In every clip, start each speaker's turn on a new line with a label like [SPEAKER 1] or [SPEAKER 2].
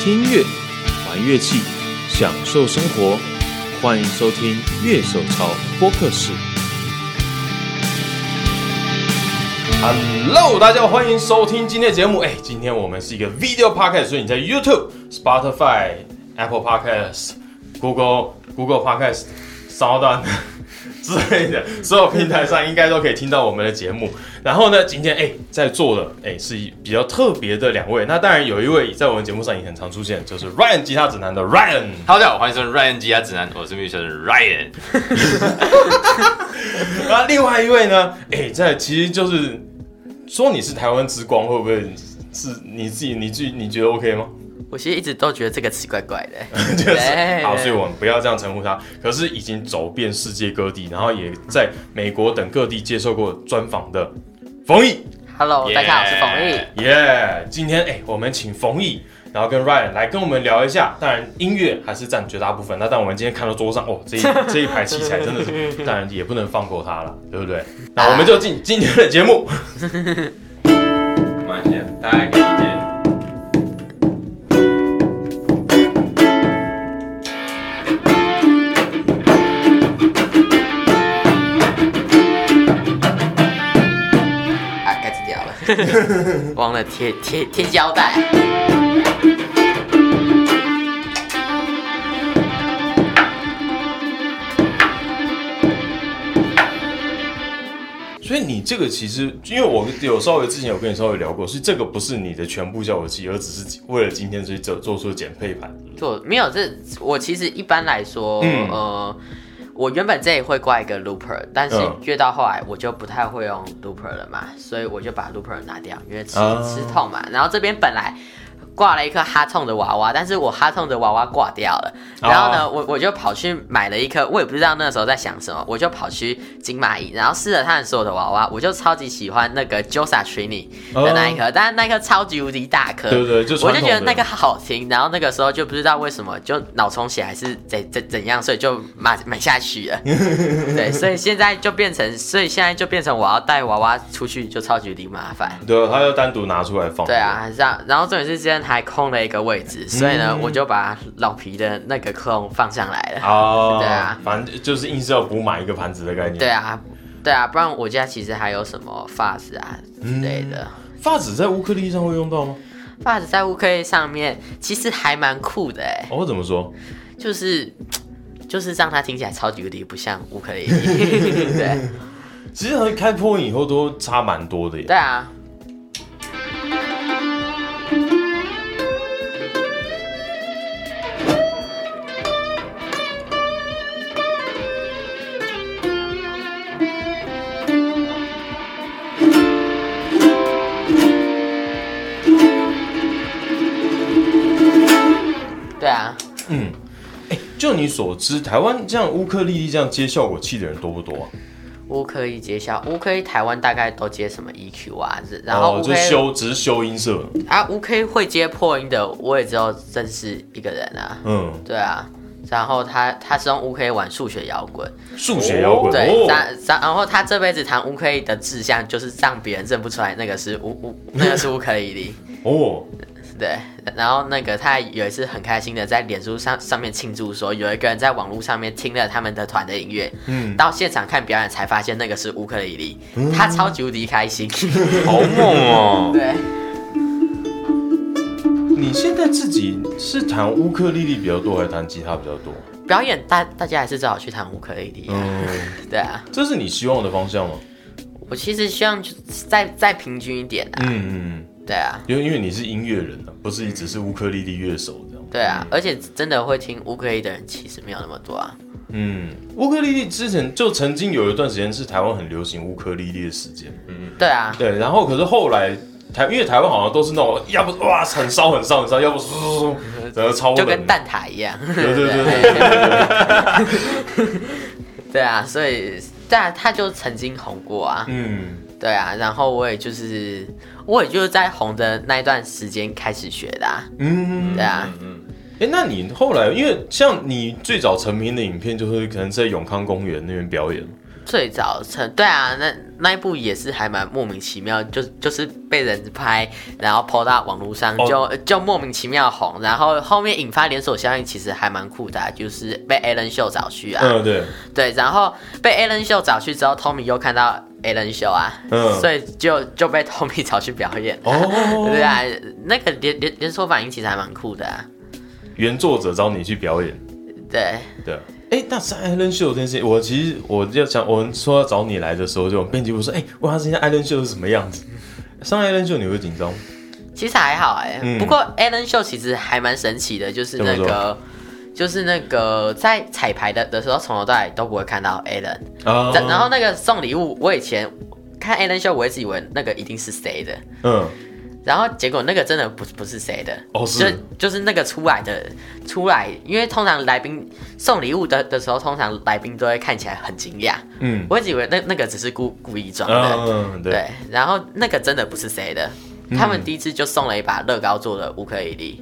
[SPEAKER 1] 听乐，玩乐器，享受生活，欢迎收听《乐手潮播客室》。
[SPEAKER 2] Hello，大家好，欢迎收听今天的节目。哎，今天我们是一个 video podcast，所以你在 YouTube、Spotify、Apple Podcast、Google、Google Podcast、Sound 之类的所有平台上，应该都可以听到我们的节目。然后呢，今天哎在座的哎是比较特别的两位，那当然有一位在我们节目上也很常出现，就是 Ryan 吉他指南的 Ryan。
[SPEAKER 3] Hello，大家好，欢迎收听 Ryan 吉他指南，我是密 u 的 Ryan。
[SPEAKER 2] 那另外一位呢？哎、在其实就是说你是台湾之光，会不会是你自己？你自己你觉得 OK 吗？
[SPEAKER 4] 我其实一直都觉得这个词怪怪的， 哎
[SPEAKER 2] 就是
[SPEAKER 4] 对
[SPEAKER 2] 好，所以我们不要这样称呼他。可是已经走遍世界各地，然后也在美国等各地接受过专访的冯毅，
[SPEAKER 4] Hello，
[SPEAKER 2] Yeah
[SPEAKER 4] 大家好，我是冯毅。
[SPEAKER 2] 耶、今天哎、我们请冯毅，然后跟 Ryan 来跟我们聊一下。当然，音乐还是占绝大部分。那但我们今天看到桌上哦， 这一这一排器材真的是，当然也不能放过它了，对不对？那我们就进今天的节目。
[SPEAKER 3] 慢一点，大家给意见。
[SPEAKER 4] 啊，盖子掉了，忘了 贴贴贴胶带。
[SPEAKER 2] 所以你这个其实，因为我有稍微之前有跟你稍微聊过，是这个不是你的全部效果器，而只是为了今天所以做做出减配版。
[SPEAKER 4] 做没有这，我其实一般来说，
[SPEAKER 2] 嗯
[SPEAKER 4] 呃，我原本这里会挂一个 looper，但是
[SPEAKER 2] 嗯
[SPEAKER 4] 越到后来我就不太会用 looper 了嘛，所以我就把 looper 拿掉，因为吃、
[SPEAKER 2] 啊
[SPEAKER 4] 吃痛嘛。然后这边本来挂了一颗哈痛的娃娃，但是我哈痛的娃娃挂掉了，然后呢，
[SPEAKER 2] 啊
[SPEAKER 4] 我我就跑去买了一颗，我也不知道那时候在想什么，我就跑去金蚂蚁，然后试了他们所有的娃娃，我就超级喜欢那个 Josa Trini 的那
[SPEAKER 2] 哦
[SPEAKER 4] 一颗，但是那一颗超级无敌大颗，
[SPEAKER 2] 对对对就
[SPEAKER 4] 我
[SPEAKER 2] 传
[SPEAKER 4] 就
[SPEAKER 2] 统
[SPEAKER 4] 觉得
[SPEAKER 2] 的
[SPEAKER 4] 那个好听，然后那个时候就不知道为什么就脑充血还是怎怎怎样，所以就买买下 去了。对，所以现在就变成，所以现在就变成我要带娃娃出去就超级无敌麻烦。
[SPEAKER 2] 对，他要单独拿出来放。
[SPEAKER 4] 对啊，让然后重点是之前还空了一个位置，所以呢，我就把老皮的那个空放上来了。
[SPEAKER 2] 嗯啊，
[SPEAKER 4] 对啊
[SPEAKER 2] 反正就是硬是要补满一个盘子的概念。
[SPEAKER 4] 对，啊，对啊，不然我家其实还有什么发子啊之类的。
[SPEAKER 2] 发子在乌克丽上会用到吗？
[SPEAKER 4] 发子在乌克兰上面其实还蛮酷的哎、
[SPEAKER 2] 哦，怎么说？
[SPEAKER 4] 就是就是让它听起来超级无敌不像乌克兰。 对
[SPEAKER 2] 其实和开播以后都差蛮多的耶。
[SPEAKER 4] 对啊，对啊，
[SPEAKER 2] 就你所知，台湾这样乌克丽丽这样接效果器的人多不多啊？
[SPEAKER 4] 乌克兰接下乌克兰台湾大概都接什么 EQ 啊，这然后
[SPEAKER 2] 哦
[SPEAKER 4] 乌克
[SPEAKER 2] 就
[SPEAKER 4] 兰
[SPEAKER 2] 修，只是修音色。
[SPEAKER 4] 啊，乌 K 会接破音的，我也只有认识一个人啊。
[SPEAKER 2] 嗯，
[SPEAKER 4] 对啊，然后他他是用乌 K 玩数学摇滚，
[SPEAKER 2] 数学摇滚。
[SPEAKER 4] 对，
[SPEAKER 2] 哦
[SPEAKER 4] 然然然后他这辈子弹乌 K 的志向就是让别人认不出来那个是乌乌那个是乌克丽丽。
[SPEAKER 2] 哦，
[SPEAKER 4] 对，然后那个他还有一次很开心的在脸书上上面庆祝说，有一个人在网络上面听了他们的团的音乐，嗯，到现场看表演才发现那个是乌克丽丽，他超级无敌开心。
[SPEAKER 3] 好猛哦！
[SPEAKER 4] 对。
[SPEAKER 2] 你现在自己是弹乌克丽丽比较多，还是弹吉他比较多？
[SPEAKER 4] 表演大大家还是最好去弹乌克丽丽、啊，
[SPEAKER 2] 嗯，
[SPEAKER 4] 对啊，
[SPEAKER 2] 这是你希望的方向吗？
[SPEAKER 4] 我其实希望就再再平均一点啊，
[SPEAKER 2] 嗯嗯，
[SPEAKER 4] 对啊，
[SPEAKER 2] 因为因为你是音乐人啊，不是只是乌克丽丽乐手这样。
[SPEAKER 4] 对啊，而且真的会听乌克丽的人其实没有那么多啊，
[SPEAKER 2] 嗯，乌克丽丽之前就曾经有一段时间是台湾很流行乌克丽丽的时间。
[SPEAKER 4] 对啊，
[SPEAKER 2] 对，然后可是后来台，因为台湾好像都是那种，要不是哇很烧很烧很烧，要不嗖嗖嗖，然后超冷，
[SPEAKER 4] 就跟蛋挞一样，
[SPEAKER 2] 对对对
[SPEAKER 4] 对啊，所以对啊，他就曾经红过啊，
[SPEAKER 2] 嗯，
[SPEAKER 4] 对啊，然后我也就是我也就是在红的那一段时间开始学的、啊，
[SPEAKER 2] 嗯，
[SPEAKER 4] 对啊，
[SPEAKER 2] 哎，那你后来，因为像你最早成名的影片，就是可能是在永康公园那边表演，
[SPEAKER 4] 最早成对啊，那那一部也是还蛮莫名其妙，就就是被人拍，然后 PO 到网络上，
[SPEAKER 2] 哦
[SPEAKER 4] 就就莫名其妙红，然后后面引发连锁效应，其实还蛮酷的啊、就是被 a l a n 秀找去啊，
[SPEAKER 2] 嗯， 对，
[SPEAKER 4] 对，然后被 a l a n 秀找去之后，Tommy 又看到 a l a n 秀啊，
[SPEAKER 2] 嗯
[SPEAKER 4] 所以就就被 Tommy 找去表演、啊，
[SPEAKER 2] 哦
[SPEAKER 4] 对啊，那个连连连锁反应其实还蛮酷的、啊，
[SPEAKER 2] 原作者找你去表演，
[SPEAKER 4] 对，
[SPEAKER 2] 对啊。哎，那是艾伦秀这件事情，我其实我就想，我们说要找你来的时候，就编辑部说，哎，问他现在艾伦秀是什么样子。上艾伦秀你会紧张吗？
[SPEAKER 4] 其实还好哎、
[SPEAKER 2] 嗯
[SPEAKER 4] 不过 Alan 秀其实还蛮神奇的，就是那
[SPEAKER 2] 怎么
[SPEAKER 4] 个。就是那个在彩排的的时候，从头到尾都不会看到 Alan，、
[SPEAKER 2] 啊
[SPEAKER 4] 然然后那个送礼物，我以前看 Alan 秀，我一直以为那个一定是谁的，
[SPEAKER 2] 嗯，
[SPEAKER 4] 然后结果那个真的不不是谁的，
[SPEAKER 2] 哦是
[SPEAKER 4] 就就是那个出来的出来，因为通常来宾送礼物的的时候，通常来宾都会看起来很惊讶，
[SPEAKER 2] 嗯
[SPEAKER 4] 我一直以为那那个只是故故意装的，
[SPEAKER 2] 嗯，对，
[SPEAKER 4] 对，然后那个真的不是谁的，他们第一次就送了一把乐高做的乌克丽丽。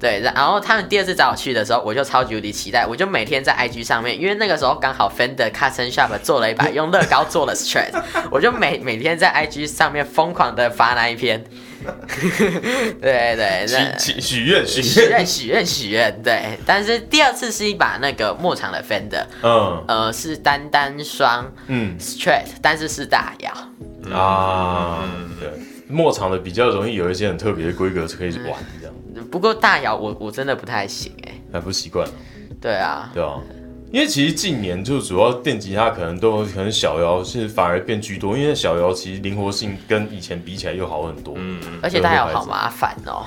[SPEAKER 4] 对，然后他们第二次找我去的时候，我就超级无敌期待，我就每天在 IG 上面，因为那个时候刚好 Fender Custom Shop 做了一把用乐高做的 Strat，我就每每天在 IG 上面疯狂的发那一篇。对对
[SPEAKER 2] 许
[SPEAKER 4] 对，
[SPEAKER 2] 许许愿许
[SPEAKER 4] 许
[SPEAKER 2] 愿，
[SPEAKER 4] 愿许愿许愿，对。但是第二次是一把那个牧场的 Fender，
[SPEAKER 2] 嗯
[SPEAKER 4] 呃，是单单双
[SPEAKER 2] 嗯
[SPEAKER 4] Strat，但是是大摇。
[SPEAKER 2] 啊，对，末场的比较容易有一些很特别的规格是可以玩，这样
[SPEAKER 4] 不过大摇我我真的不太行哎、
[SPEAKER 2] 还不习惯，
[SPEAKER 4] 对啊，
[SPEAKER 2] 对啊。因为其实近年就主要电吉他可能都可能小摇是反而变居多，因为小摇其实灵活性跟以前比起来又好很多。嗯，
[SPEAKER 4] 而且大摇好麻烦哦、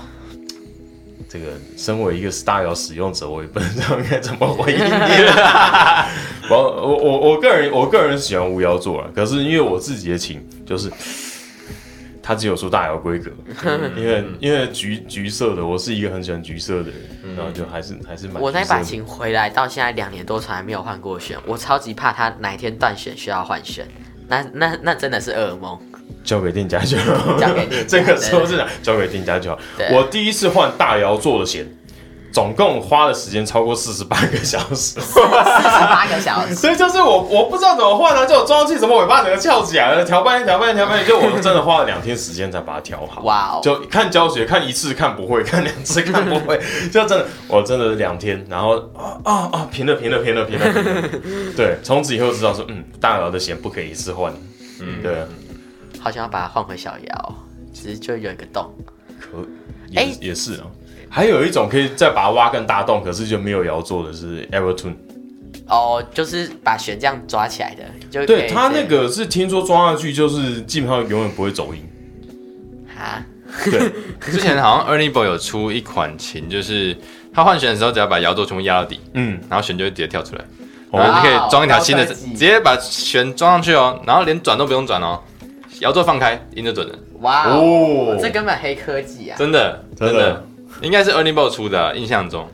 [SPEAKER 2] 这个身为一个大摇使用者，我也不知道该怎么回应你。 我我我我个人我个人喜欢无摇座了，可是因为我自己的琴就是，它只有出大摇 规格，因为因为橘橘色的，我是一个很喜欢橘色的人，然后就还是还是蛮
[SPEAKER 4] 嗯我那把
[SPEAKER 2] 橘色的
[SPEAKER 4] 琴回来到现在两年多，从来没有换过弦，我超级怕它哪一天断弦需要换弦，那那那真的是噩梦。
[SPEAKER 2] 交给店家就好，
[SPEAKER 4] 交给店家
[SPEAKER 2] 这个时候是讲交给店家就好
[SPEAKER 4] 对。
[SPEAKER 2] 我第一次换大摇座的弦，总共花了时间超过四十八个小时。
[SPEAKER 4] 四十八个小时，
[SPEAKER 2] 所以就是我我不知道怎么换啊，就我装上去怎么尾巴整个翘起来了，调半天调半天调半天，就我真的花了两天时间才把它调好。
[SPEAKER 4] 哇哦
[SPEAKER 2] 就看教学看一次看不会，看两次看不会，就真的我真的两天，然后啊啊啊平了平了平了平了平了，对，从此以后知道说嗯大佬的弦不可以一次换，嗯对，
[SPEAKER 4] 好想要把它换回小摇，只是就有一个洞。
[SPEAKER 2] 可也、
[SPEAKER 4] 哎
[SPEAKER 2] 也是啊。还有一种可以再把它挖更大洞，可是就没有摇做的是 Evertune，
[SPEAKER 4] 哦，就是把弦这样抓起来的，就可
[SPEAKER 2] 对
[SPEAKER 4] 以
[SPEAKER 2] 它
[SPEAKER 4] 这
[SPEAKER 2] 那
[SPEAKER 4] 样
[SPEAKER 2] 个是听说装上去就是基本上永远不会走音，
[SPEAKER 4] 啊，
[SPEAKER 2] 对，
[SPEAKER 3] 之前好像 Ernie Boy 有出一款琴，就是他换弦的时候，只要把摇座全部压到底，
[SPEAKER 2] 嗯。
[SPEAKER 3] 然后弦就会直接跳出来，
[SPEAKER 2] 哦
[SPEAKER 3] 然后你可以装一条新的，
[SPEAKER 4] 高科技
[SPEAKER 3] 直接把弦装上去哦，然后连转都不用转哦，摇座放开，音就准了，
[SPEAKER 4] 哇哦，
[SPEAKER 2] 哦，
[SPEAKER 4] 这根本黑科技啊！
[SPEAKER 3] 真的
[SPEAKER 2] 真的
[SPEAKER 3] 真的，应该是 Ernie Boy 出的啊，印象中，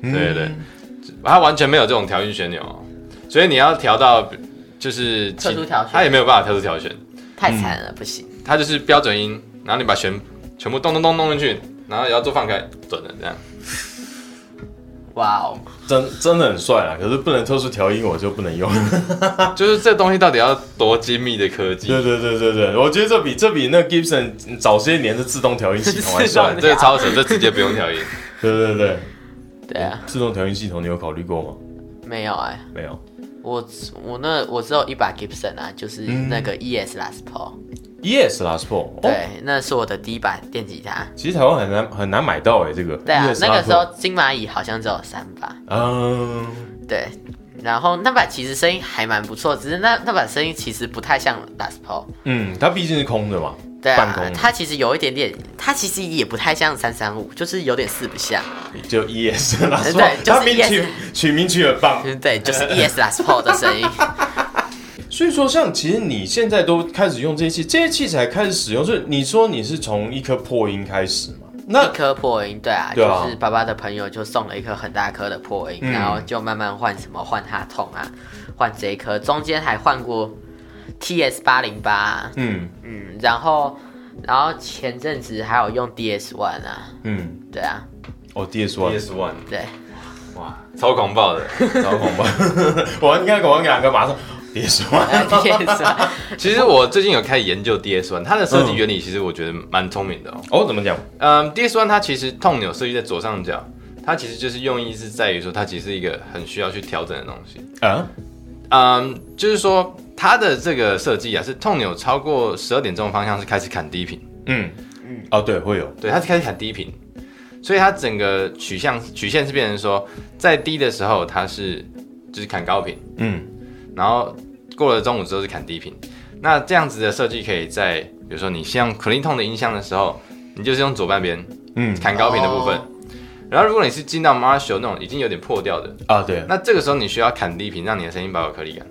[SPEAKER 3] 对对对，他完全没有这种调音旋钮哦，所以你要调到就是
[SPEAKER 4] 特殊调弦
[SPEAKER 3] 他也没有办法特殊调弦，
[SPEAKER 4] 太惨了，不行。
[SPEAKER 3] 它就是标准音，然后你把弦全部咚咚咚咚进去，然后摇座放开，准了这样。
[SPEAKER 4] 哇哦，
[SPEAKER 2] 真真的很帅啊！可是不能特殊调音，我就不能用。
[SPEAKER 3] 就是这东西到底要多精密的科技？
[SPEAKER 2] 对 对对对对，我觉得这比这比那 Gibson 早些年的自动调音系统还 帅。
[SPEAKER 3] 这个超扯，这直接不用调音。
[SPEAKER 2] 对对对，
[SPEAKER 4] 对啊，
[SPEAKER 2] 自动调音系统你有考虑过吗？
[SPEAKER 4] 没有哎、
[SPEAKER 2] 没有。
[SPEAKER 4] 我我那我只有一把 Gibson 啊，就是那个 ES Les Paul，、
[SPEAKER 2] Yes, E Last Paul。哦，
[SPEAKER 4] 对，那是我的第一把电吉他。
[SPEAKER 2] 其实台湾很难很难买到哎，这个。
[SPEAKER 4] 对啊
[SPEAKER 2] ES
[SPEAKER 4] 那个时
[SPEAKER 2] Last
[SPEAKER 4] 候金蚂蚁好像只有三把，
[SPEAKER 2] Paul，嗯，
[SPEAKER 4] 对。然后那把其实声音还蛮不错，只是那那把声音其实不太像 Les Paul，
[SPEAKER 2] 嗯，它毕竟是空的嘛，
[SPEAKER 4] 对
[SPEAKER 2] 半
[SPEAKER 4] 啊
[SPEAKER 2] 空，的，
[SPEAKER 4] 它其实有一点点，它其实也不太像三三五，就是有点四不像，
[SPEAKER 2] 就 Yes Last
[SPEAKER 4] 呃对
[SPEAKER 2] Paul，
[SPEAKER 4] 就是 E
[SPEAKER 2] 它名取
[SPEAKER 4] ES
[SPEAKER 2] 取名取很棒。
[SPEAKER 4] 对，就是 ES Les Paul 的声音。
[SPEAKER 2] 所以说，像其实你现在都开始用这些器，这些器材开始使用，就是你说你是从一颗破音开始嘛？那
[SPEAKER 4] 一颗破音，对啊，
[SPEAKER 2] 对啊
[SPEAKER 4] 就是爸爸的朋友就送了一颗很大颗的破音，
[SPEAKER 2] 嗯
[SPEAKER 4] 然后就慢慢换什么换哈痛啊，换这一颗，中间还换过 TS 八零八，
[SPEAKER 2] 嗯
[SPEAKER 4] 嗯，然后然后前阵子还有用 DS one 啊，
[SPEAKER 2] 嗯，
[SPEAKER 4] 对啊，
[SPEAKER 2] 哦，DS One，
[SPEAKER 3] PS One，
[SPEAKER 4] 对，
[SPEAKER 3] 哇，超狂暴的，
[SPEAKER 2] 超恐怖！我应该我应该两个马上， DS One，
[SPEAKER 4] DS1
[SPEAKER 3] 其实我最近有开始研究 DS One，它的设计原理其实我觉得蛮聪明的哦。
[SPEAKER 2] 哦，怎么讲？
[SPEAKER 3] 嗯，DS One 它其实痛钮设计在左上角，它其实就是用意是在于说它其实是一个很需要去调整的东西。
[SPEAKER 2] 啊，
[SPEAKER 3] 嗯，就是说它的这个设计啊，是痛钮超过十二点这种方向是开始砍低频，
[SPEAKER 2] 嗯，哦，对，会有，
[SPEAKER 3] 对，它是开始砍低频，所以它整个取向曲线是变成说，在低的时候它是就是砍高频，
[SPEAKER 2] 嗯，
[SPEAKER 3] 然后过了中午之后是砍低频。那这样子的设计可以在，比如说你像 clean tone 的音箱的时候，你就是用左半边，
[SPEAKER 2] 嗯
[SPEAKER 3] 砍高频的部分。
[SPEAKER 4] 哦
[SPEAKER 3] 然后如果你是进到 Marshall 那种已经有点破掉的，
[SPEAKER 2] 啊，对，
[SPEAKER 3] 那这个时候你需要砍低频，让你的声音保有颗粒感。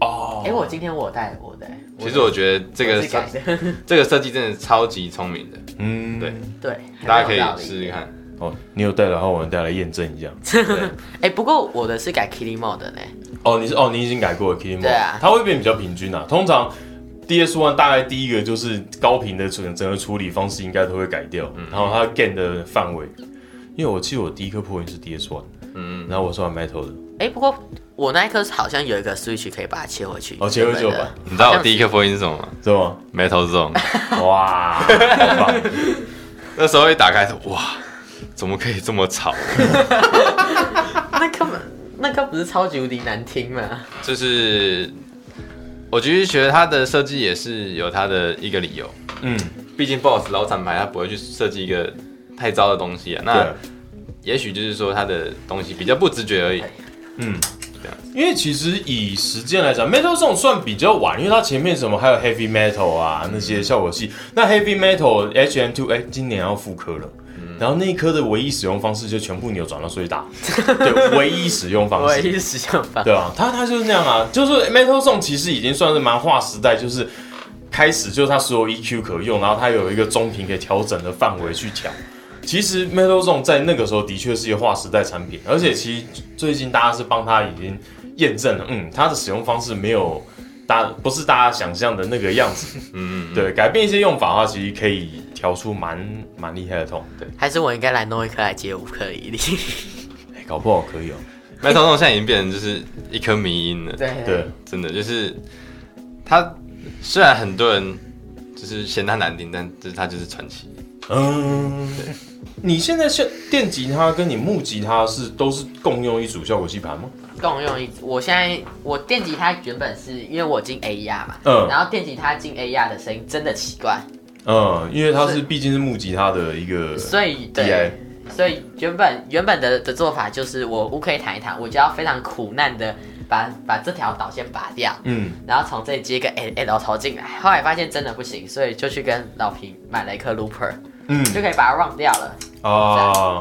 [SPEAKER 2] 哦，
[SPEAKER 4] 哎，我今天我带我的，
[SPEAKER 3] 其实我觉得这
[SPEAKER 4] 我
[SPEAKER 3] 个
[SPEAKER 4] 是
[SPEAKER 3] 设
[SPEAKER 4] 改的，
[SPEAKER 3] 这个设计真的超级聪明的，
[SPEAKER 2] 嗯，
[SPEAKER 3] 对，
[SPEAKER 4] 对，还
[SPEAKER 3] 大家可
[SPEAKER 4] 蛮有道
[SPEAKER 3] 以
[SPEAKER 4] 理
[SPEAKER 3] 试试。看。
[SPEAKER 2] 哦，你有带，然后我们带来验证一下。
[SPEAKER 3] 对，
[SPEAKER 4] 哎，不过我的是改 Kitty Mode 的呢，
[SPEAKER 2] 哦，你是哦，你已经改过了 Kitty Mode，
[SPEAKER 4] 对啊
[SPEAKER 2] 它会变比较平均啊。通常 DS One 大概第一个就是高频的整整个处理方式应该都会改掉，
[SPEAKER 4] 嗯
[SPEAKER 2] 然后它 gain 的范围，因为我记得我第一颗破音是 DS One，
[SPEAKER 3] 嗯，
[SPEAKER 2] 然后我是玩 Metal 的，
[SPEAKER 4] 哎，不过我那一颗好像有一个 Switch 可以把它切回去，
[SPEAKER 2] 哦切回去
[SPEAKER 4] 对不
[SPEAKER 2] 有吧
[SPEAKER 4] 对
[SPEAKER 3] 你知道我第一颗播音是什么吗
[SPEAKER 2] 是 吗？
[SPEAKER 3] ？Metal Zone。
[SPEAKER 2] 哇，好棒！
[SPEAKER 3] 那时候一打开是哇，怎么可以这么吵？
[SPEAKER 4] 那根本那个不是超级无敌难听吗？
[SPEAKER 3] 就是我其实觉得它的设计也是有它的一个理由，
[SPEAKER 2] 嗯，
[SPEAKER 3] 毕竟 BOSS 老厂牌它不会去设计一个太糟的东西啊。那
[SPEAKER 2] 对。
[SPEAKER 3] 也许就是说它的东西比较不直觉而已。
[SPEAKER 2] 因为其实以时间来讲，Metal Zone 算比较晚，因为它前面什么还有 Heavy Metal 啊那些效果器。那 Heavy Metal HM Two 哎、今年要复刻了，然后那一颗的唯一使用方式就全部扭转到最大，对， 唯一使用方
[SPEAKER 4] 我也
[SPEAKER 2] 式。
[SPEAKER 4] 是使用法。
[SPEAKER 2] 对啊，它它就是那样啊，就是 Metal Zone 其实已经算是蛮划时代，就是开始就是它所有 EQ 可用，然后它有一个中频可以调整的范围去调。其实 Metal Zone 在那个时候的确是一个划时代产品，而且其实最近大家是帮它已经验证了，嗯，它的使用方式没有大不是大家想象的那个样 子，
[SPEAKER 3] 嗯，
[SPEAKER 2] 对，改变一些用法的话，其实可以调出蛮蛮厉害的痛，对，
[SPEAKER 4] 还是我应该来弄一颗来接乌克丽丽？
[SPEAKER 2] 哎搞不好可以哦，
[SPEAKER 3] 麦当劳现在已经变成就是一颗迷音了，
[SPEAKER 4] 对
[SPEAKER 2] 对，
[SPEAKER 3] 真的就是它虽然很多人就是嫌它难听，但就是它就是传奇。
[SPEAKER 2] 嗯，你现在像电吉他跟你木吉他是都是共用一组效果器盘吗？
[SPEAKER 4] 共用一组。我现在我电吉他原本是因为我进 A R 嘛，
[SPEAKER 2] 嗯
[SPEAKER 4] 然后电吉他进 A R 的声音真的奇怪，
[SPEAKER 2] 嗯，因为它是毕竟是木吉他的一个，
[SPEAKER 4] 所以
[SPEAKER 2] DI
[SPEAKER 4] 对，所以原本原本的的做法就是我乌克丽弹一弹，我就要非常苦难的把把这条导线拔掉。
[SPEAKER 2] 嗯，
[SPEAKER 4] 然后从这里接一个 L L 头进来，后来发现真的不行，所以就去跟老皮买了一颗 looper，
[SPEAKER 2] 嗯
[SPEAKER 4] 就可以把它 run 掉了。
[SPEAKER 2] 啊，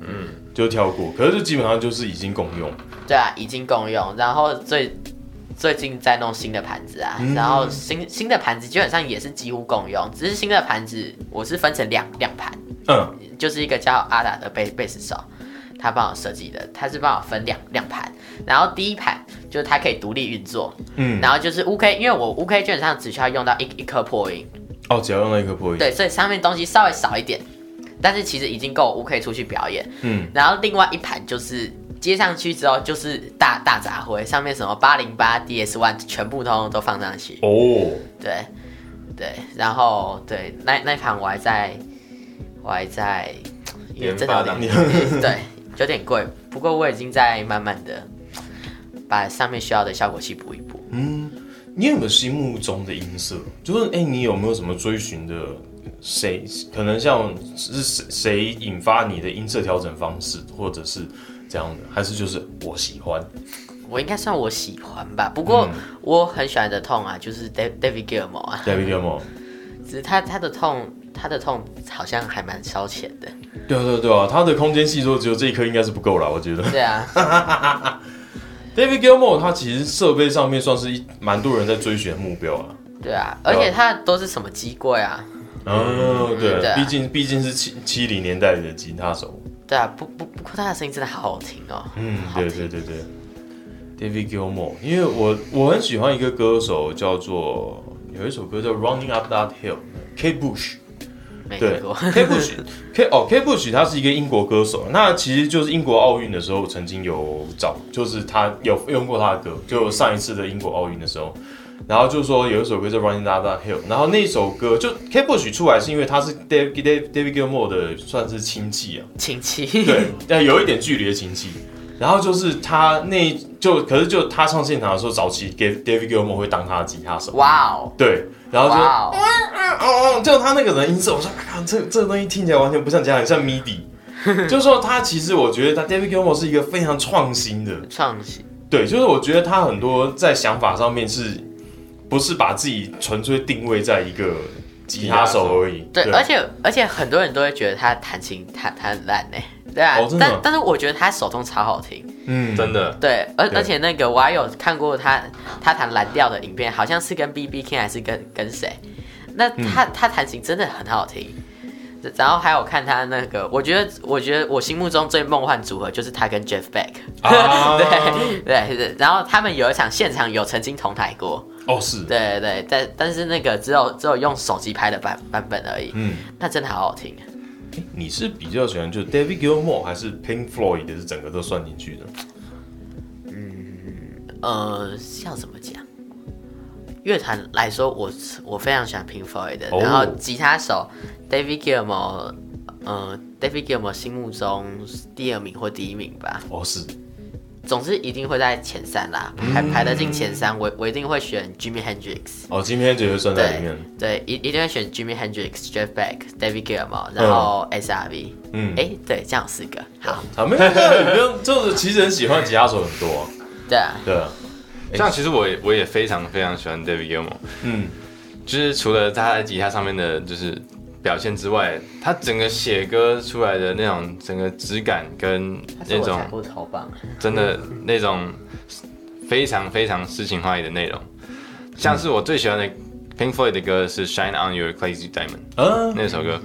[SPEAKER 2] 嗯，就跳过，可是基本上就是已经共用，
[SPEAKER 4] 对啊，已经共用，然后最最近在弄新的盘子啊，然后新新的盘子基本上也是几乎共用，只是新的盘子我是分成两两盘，
[SPEAKER 2] 嗯
[SPEAKER 4] 就是一个叫阿达的贝贝斯手，他帮我设计的，他是帮我分两两盘，然后第一盘就是它可以独立运作，
[SPEAKER 2] 嗯，
[SPEAKER 4] 然后就是 UK，因为我 UK 基本上只需要用到一一颗破音，
[SPEAKER 2] 哦，只要用到一颗破音，
[SPEAKER 4] 对，所以上面东西稍微少一点，但是其实已经够我 UK 出去表演。
[SPEAKER 2] 嗯，
[SPEAKER 4] 然后另外一盘就是接上去之后就是大大杂烩，上面什么八零八 DS One 全部通通都放上去，
[SPEAKER 2] 哦，
[SPEAKER 4] 对对，然后对那那一盘我还在，我还在，因为
[SPEAKER 3] 研
[SPEAKER 4] 真的有
[SPEAKER 3] 发当
[SPEAKER 4] 点 对有点贵，不过我已经在慢慢的把上面需要的效果器补一补。
[SPEAKER 2] 你有没有心目中的音色？就是哎、你有没有什么追寻的？谁可能像是谁谁引发你的音色调整方式，或者是这样的，还是就是我喜欢？
[SPEAKER 4] 我应该算我喜欢吧，不过
[SPEAKER 3] 嗯
[SPEAKER 4] 我很喜欢的痛啊，就是 Da- David Gilmour 啊，
[SPEAKER 2] David Gilmour。
[SPEAKER 4] 只是他他的痛，他的痛好像还蛮烧钱的。
[SPEAKER 2] 对啊，对啊，对啊，他的空间系数只有这一颗应该是不够了，我觉得。
[SPEAKER 4] 对啊，
[SPEAKER 2] David Gilmour 他其实设备上面算是一蛮多人在追寻的目标啊。
[SPEAKER 4] 对啊，而且他都是什么机柜啊？
[SPEAKER 2] 哦，对
[SPEAKER 4] 对
[SPEAKER 2] 啊，
[SPEAKER 4] 啊
[SPEAKER 2] 毕竟毕竟是七七零年代的吉他手。
[SPEAKER 4] 对啊，不不不过他的声音真的好好听哦。
[SPEAKER 2] 嗯，
[SPEAKER 4] 好
[SPEAKER 2] 对
[SPEAKER 4] 听
[SPEAKER 2] 对对对，David Gilmour，因为我我很喜欢一个歌手叫做有一首歌叫《Running Up That Hill》，Kate Bush。
[SPEAKER 4] 没
[SPEAKER 2] 对
[SPEAKER 4] 听过。
[SPEAKER 2] ，K Bush K 哦 K Bush 他是一个英国歌手，那其实就是英国奥运的时候曾经有找，就是他有用过他的歌，就上一次的英国奥运的时候，然后就说有一首歌叫 Running Up That Hill，然后那首歌就 K Bush 出来是因为他是 David David David Gilmour 的算是亲戚啊，
[SPEAKER 4] 亲戚，
[SPEAKER 2] 对，但有一点距离的亲戚。然后就是他那就可是就他上现场的时候，早期 Dav- David Gilmour 会当他的吉他手，
[SPEAKER 4] 哇哦，
[SPEAKER 2] 对，然后就
[SPEAKER 4] 哇哦，
[SPEAKER 2] 哦哦，就他那个人音色，我说啊，这这东西听起来完全不像家，很像 MIDI。就是说他其实我觉得他 David Gilmour 是一个非常创新的，
[SPEAKER 4] 创新，
[SPEAKER 2] 对，就是我觉得他很多在想法上面是，不是把自己纯粹定位在一个吉他手而已，
[SPEAKER 4] 对，而且而且很多人都会觉得他弹琴弹弹很烂呢，对啊，
[SPEAKER 2] 哦真的
[SPEAKER 4] 但但是我觉得他手动超好听，
[SPEAKER 2] 嗯
[SPEAKER 3] 真的，
[SPEAKER 4] 对，而
[SPEAKER 2] 对
[SPEAKER 4] 而且那个我还有看过他他弹蓝调的影片，好像是跟 B B King 还是跟跟谁？那
[SPEAKER 2] 嗯
[SPEAKER 4] 他、他弹琴真的很好听。然后还有看他那个，我觉得我觉得我心目中最梦幻组合就是他跟 Jeff Beck，、
[SPEAKER 2] 啊
[SPEAKER 4] 对对对。然后他们有一场现场有曾经同台过，
[SPEAKER 2] 哦是，
[SPEAKER 4] 对对对，但但是那个只有只有用手机拍的版版本而已，
[SPEAKER 2] 嗯，
[SPEAKER 4] 那真的好好听。
[SPEAKER 2] 你是比较喜欢就 David Gilmour 还是 Pink Floyd 的，是整个都算进去的？
[SPEAKER 4] 呃，是要怎么讲？乐坛来说，我是我非常喜欢 Pink Floyd 的。
[SPEAKER 2] 哦
[SPEAKER 4] 然后吉他手 David Gilmour，呃，David Gilmour 心目中是第二名或第一名吧，
[SPEAKER 2] 哦是，
[SPEAKER 4] 总之一定会在前三啦，排排得进前三，我我一定会选 Jimi Hendrix。
[SPEAKER 2] 哦今天就会算在里
[SPEAKER 4] 对
[SPEAKER 2] 面，
[SPEAKER 4] 对，一一定会选 Jimi Hendrix、Jeff Beck、David Gilmour，然后 SRV。
[SPEAKER 2] 嗯
[SPEAKER 4] 嗯，哎、对，这样有四个。好，
[SPEAKER 2] 啊没有没有，你不用， 就是其实很喜欢吉他手很多啊、
[SPEAKER 4] 对啊，
[SPEAKER 2] 对啊，
[SPEAKER 3] 像其实我也我也非常非常喜欢 David Gilmour，
[SPEAKER 2] 嗯。
[SPEAKER 3] 就是除了他在吉他上面的就是表现之外，他整个写歌出来的那种整个质感跟
[SPEAKER 4] 他是
[SPEAKER 3] 那
[SPEAKER 4] 我
[SPEAKER 3] 种
[SPEAKER 4] 踩过头棒。
[SPEAKER 3] 真的那种非常非常诗情画意的内容，像是我最喜欢的 Pink Floyd 的歌是《Shine on Your Crazy Diamond》。
[SPEAKER 2] 嗯
[SPEAKER 3] 那首歌。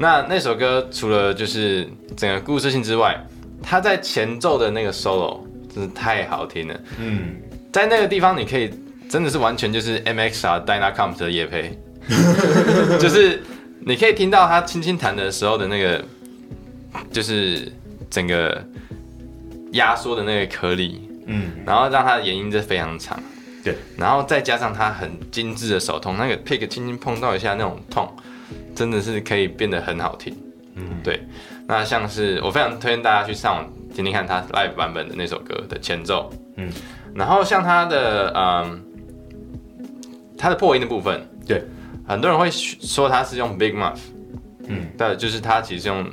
[SPEAKER 3] 那那首歌除了就是整个故事性之外，它在前奏的那个 solo 真是太好听了，
[SPEAKER 2] 嗯，
[SPEAKER 3] 在那个地方你可以真的是完全就是 MXR Dynacomp 的夜配， 就是你可以听到他轻轻弹的时候的那个，就是整个压缩的那个颗粒，
[SPEAKER 2] 嗯，
[SPEAKER 3] 然后让他的延音是非常长。
[SPEAKER 2] 对，
[SPEAKER 3] 然后再加上他很精致的手痛，那个 pick 轻轻碰到一下那种痛，真的是可以变得很好听。嗯，对。那像是我非常推荐大家去上网听听看他 live 版本的那首歌的前奏。
[SPEAKER 2] 嗯
[SPEAKER 3] 嗯，然后像他的嗯，他的破音的部分，
[SPEAKER 2] 对，
[SPEAKER 3] 很多人会说他是用 big muff，
[SPEAKER 2] 嗯
[SPEAKER 3] 嗯，对，就是他其实是用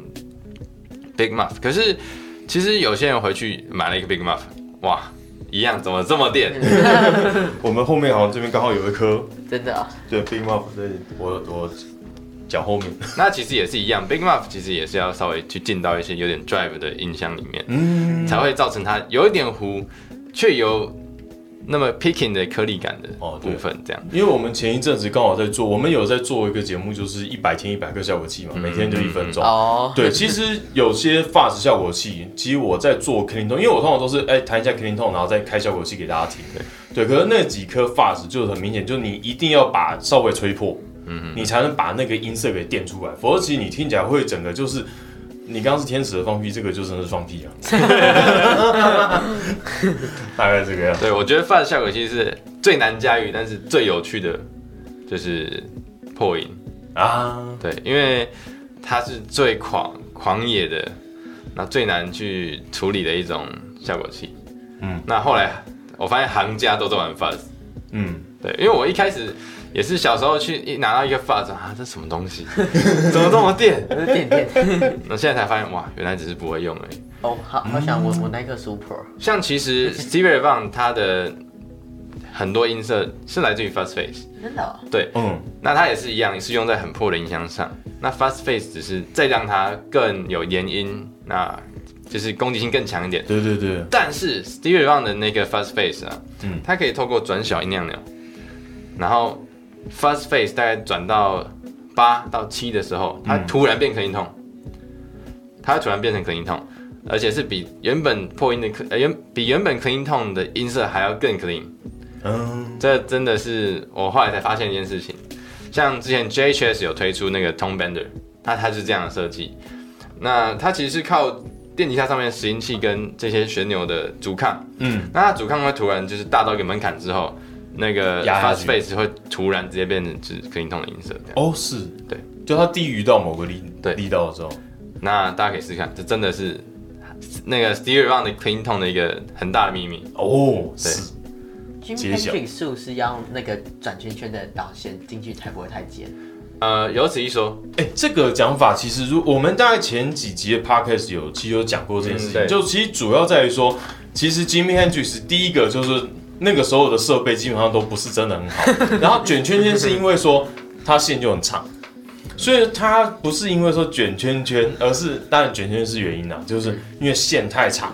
[SPEAKER 3] big muff，可是其实有些人回去买了一个 big muff，哇，一样怎么这么电？
[SPEAKER 2] 我们后面好像这边刚好有一颗，
[SPEAKER 4] 真的哦、
[SPEAKER 2] 对，Big Muff，对，我我脚后面，
[SPEAKER 3] 那其实也是一样，Big Muff 其实也是要稍微去进到一些有点 drive 的音箱里面，
[SPEAKER 2] 嗯，
[SPEAKER 3] 才会造成它有一点糊，却有那么 picking 的颗粒感的
[SPEAKER 2] 哦对
[SPEAKER 3] 部分，这样。
[SPEAKER 2] 因为我们前一阵子刚好在做，我们有在做一个节目，就是一百天一百个效果器嘛，每天就一分钟。
[SPEAKER 4] 哦，
[SPEAKER 2] 对，其实有些发质效果器，其实我在做 clean tone，因为我通常都是哎弹一下 clean tone，然后再开效果器给大家听。对，可是那几颗发质就是很明显，就是你一定要把稍微吹破，嗯，你才能把那个音色给垫出来，否则其实你听起来会整个就是。你刚刚是天使的放屁，这个就真的是放屁啊！ 大概这个样子。
[SPEAKER 3] 对，我觉得 f a 效果器是最难驾驭，但是最有趣的，就是破音。
[SPEAKER 2] 啊，
[SPEAKER 3] 对，因为它是最狂狂野的，那最难去处理的一种效果器。
[SPEAKER 2] 嗯
[SPEAKER 3] 嗯，那后来我发现行家都在玩 fuzz，
[SPEAKER 2] 嗯，
[SPEAKER 3] 对，因为我一开始也是小时候去一拿到一个发子啊，这什么东西， 怎么这么电？
[SPEAKER 4] 有点点。
[SPEAKER 3] 那现在才发现哇，原来只是不会用而已。
[SPEAKER 4] 哦，好好想我
[SPEAKER 2] 嗯
[SPEAKER 4] 我那个 Super，
[SPEAKER 3] 像其实 Stevie Ray Vaughan 他的很多音色是来自于 Fast Face，
[SPEAKER 4] 真的、哦，
[SPEAKER 2] 嗯，
[SPEAKER 3] 那它也是一样，是用在很破的音箱上。那 Fast Face 只是再让它更有延音，那就是攻击性更强一点。
[SPEAKER 2] 对对对，
[SPEAKER 3] 但是 Stevie Ray Vaughan 的那个 Fast Face 啊，
[SPEAKER 2] 嗯
[SPEAKER 3] 它可以透过转小音量钮，然后 Fast Face 大概转到八到七的时候，它突然变可音痛，它突然变成可音痛，而且是比原本破音的可呃原比原本可音痛的音色还要更 clean。
[SPEAKER 2] 嗯，
[SPEAKER 3] 这真的是我后来才发现一件事情，像之前 JHS 有推出那个 Tone Bender，它它是这样的设计。那它其实是靠电吉他上面的拾音器跟这些旋钮的阻抗，
[SPEAKER 2] 嗯，
[SPEAKER 3] 那它阻抗会突然就是大到一个门槛之后，那个
[SPEAKER 2] 压下
[SPEAKER 3] fast
[SPEAKER 2] 去
[SPEAKER 3] face 会突然直接变成只可以通的音色这样。
[SPEAKER 2] 哦，是
[SPEAKER 3] 对，
[SPEAKER 2] 就它低于到某个力
[SPEAKER 3] 对
[SPEAKER 2] 力道的时候，
[SPEAKER 3] 那大家可以试试看，这真的是那个 Stevie Ray 的 clean tone 的一个很大的秘密。
[SPEAKER 2] 哦，是
[SPEAKER 4] Jim
[SPEAKER 2] 揭晓
[SPEAKER 4] Hendrix 是不是要那个转圈圈的导线进去才不会太尖？
[SPEAKER 3] 呃，有此一说，
[SPEAKER 2] 哎、这个讲法其实，如我们大概前几集的 podcast 有其实有讲过这件事情，
[SPEAKER 3] 嗯对
[SPEAKER 2] 就其实主要在于说，其实 Jimmy Hendrix 第一个就是那个时候的设备基本上都不是真的很 好，然后卷圈圈是因为说它线就很长，所以它不是因为说卷圈圈，而是当然卷圈圈是原因啦，啊就是因为线太长，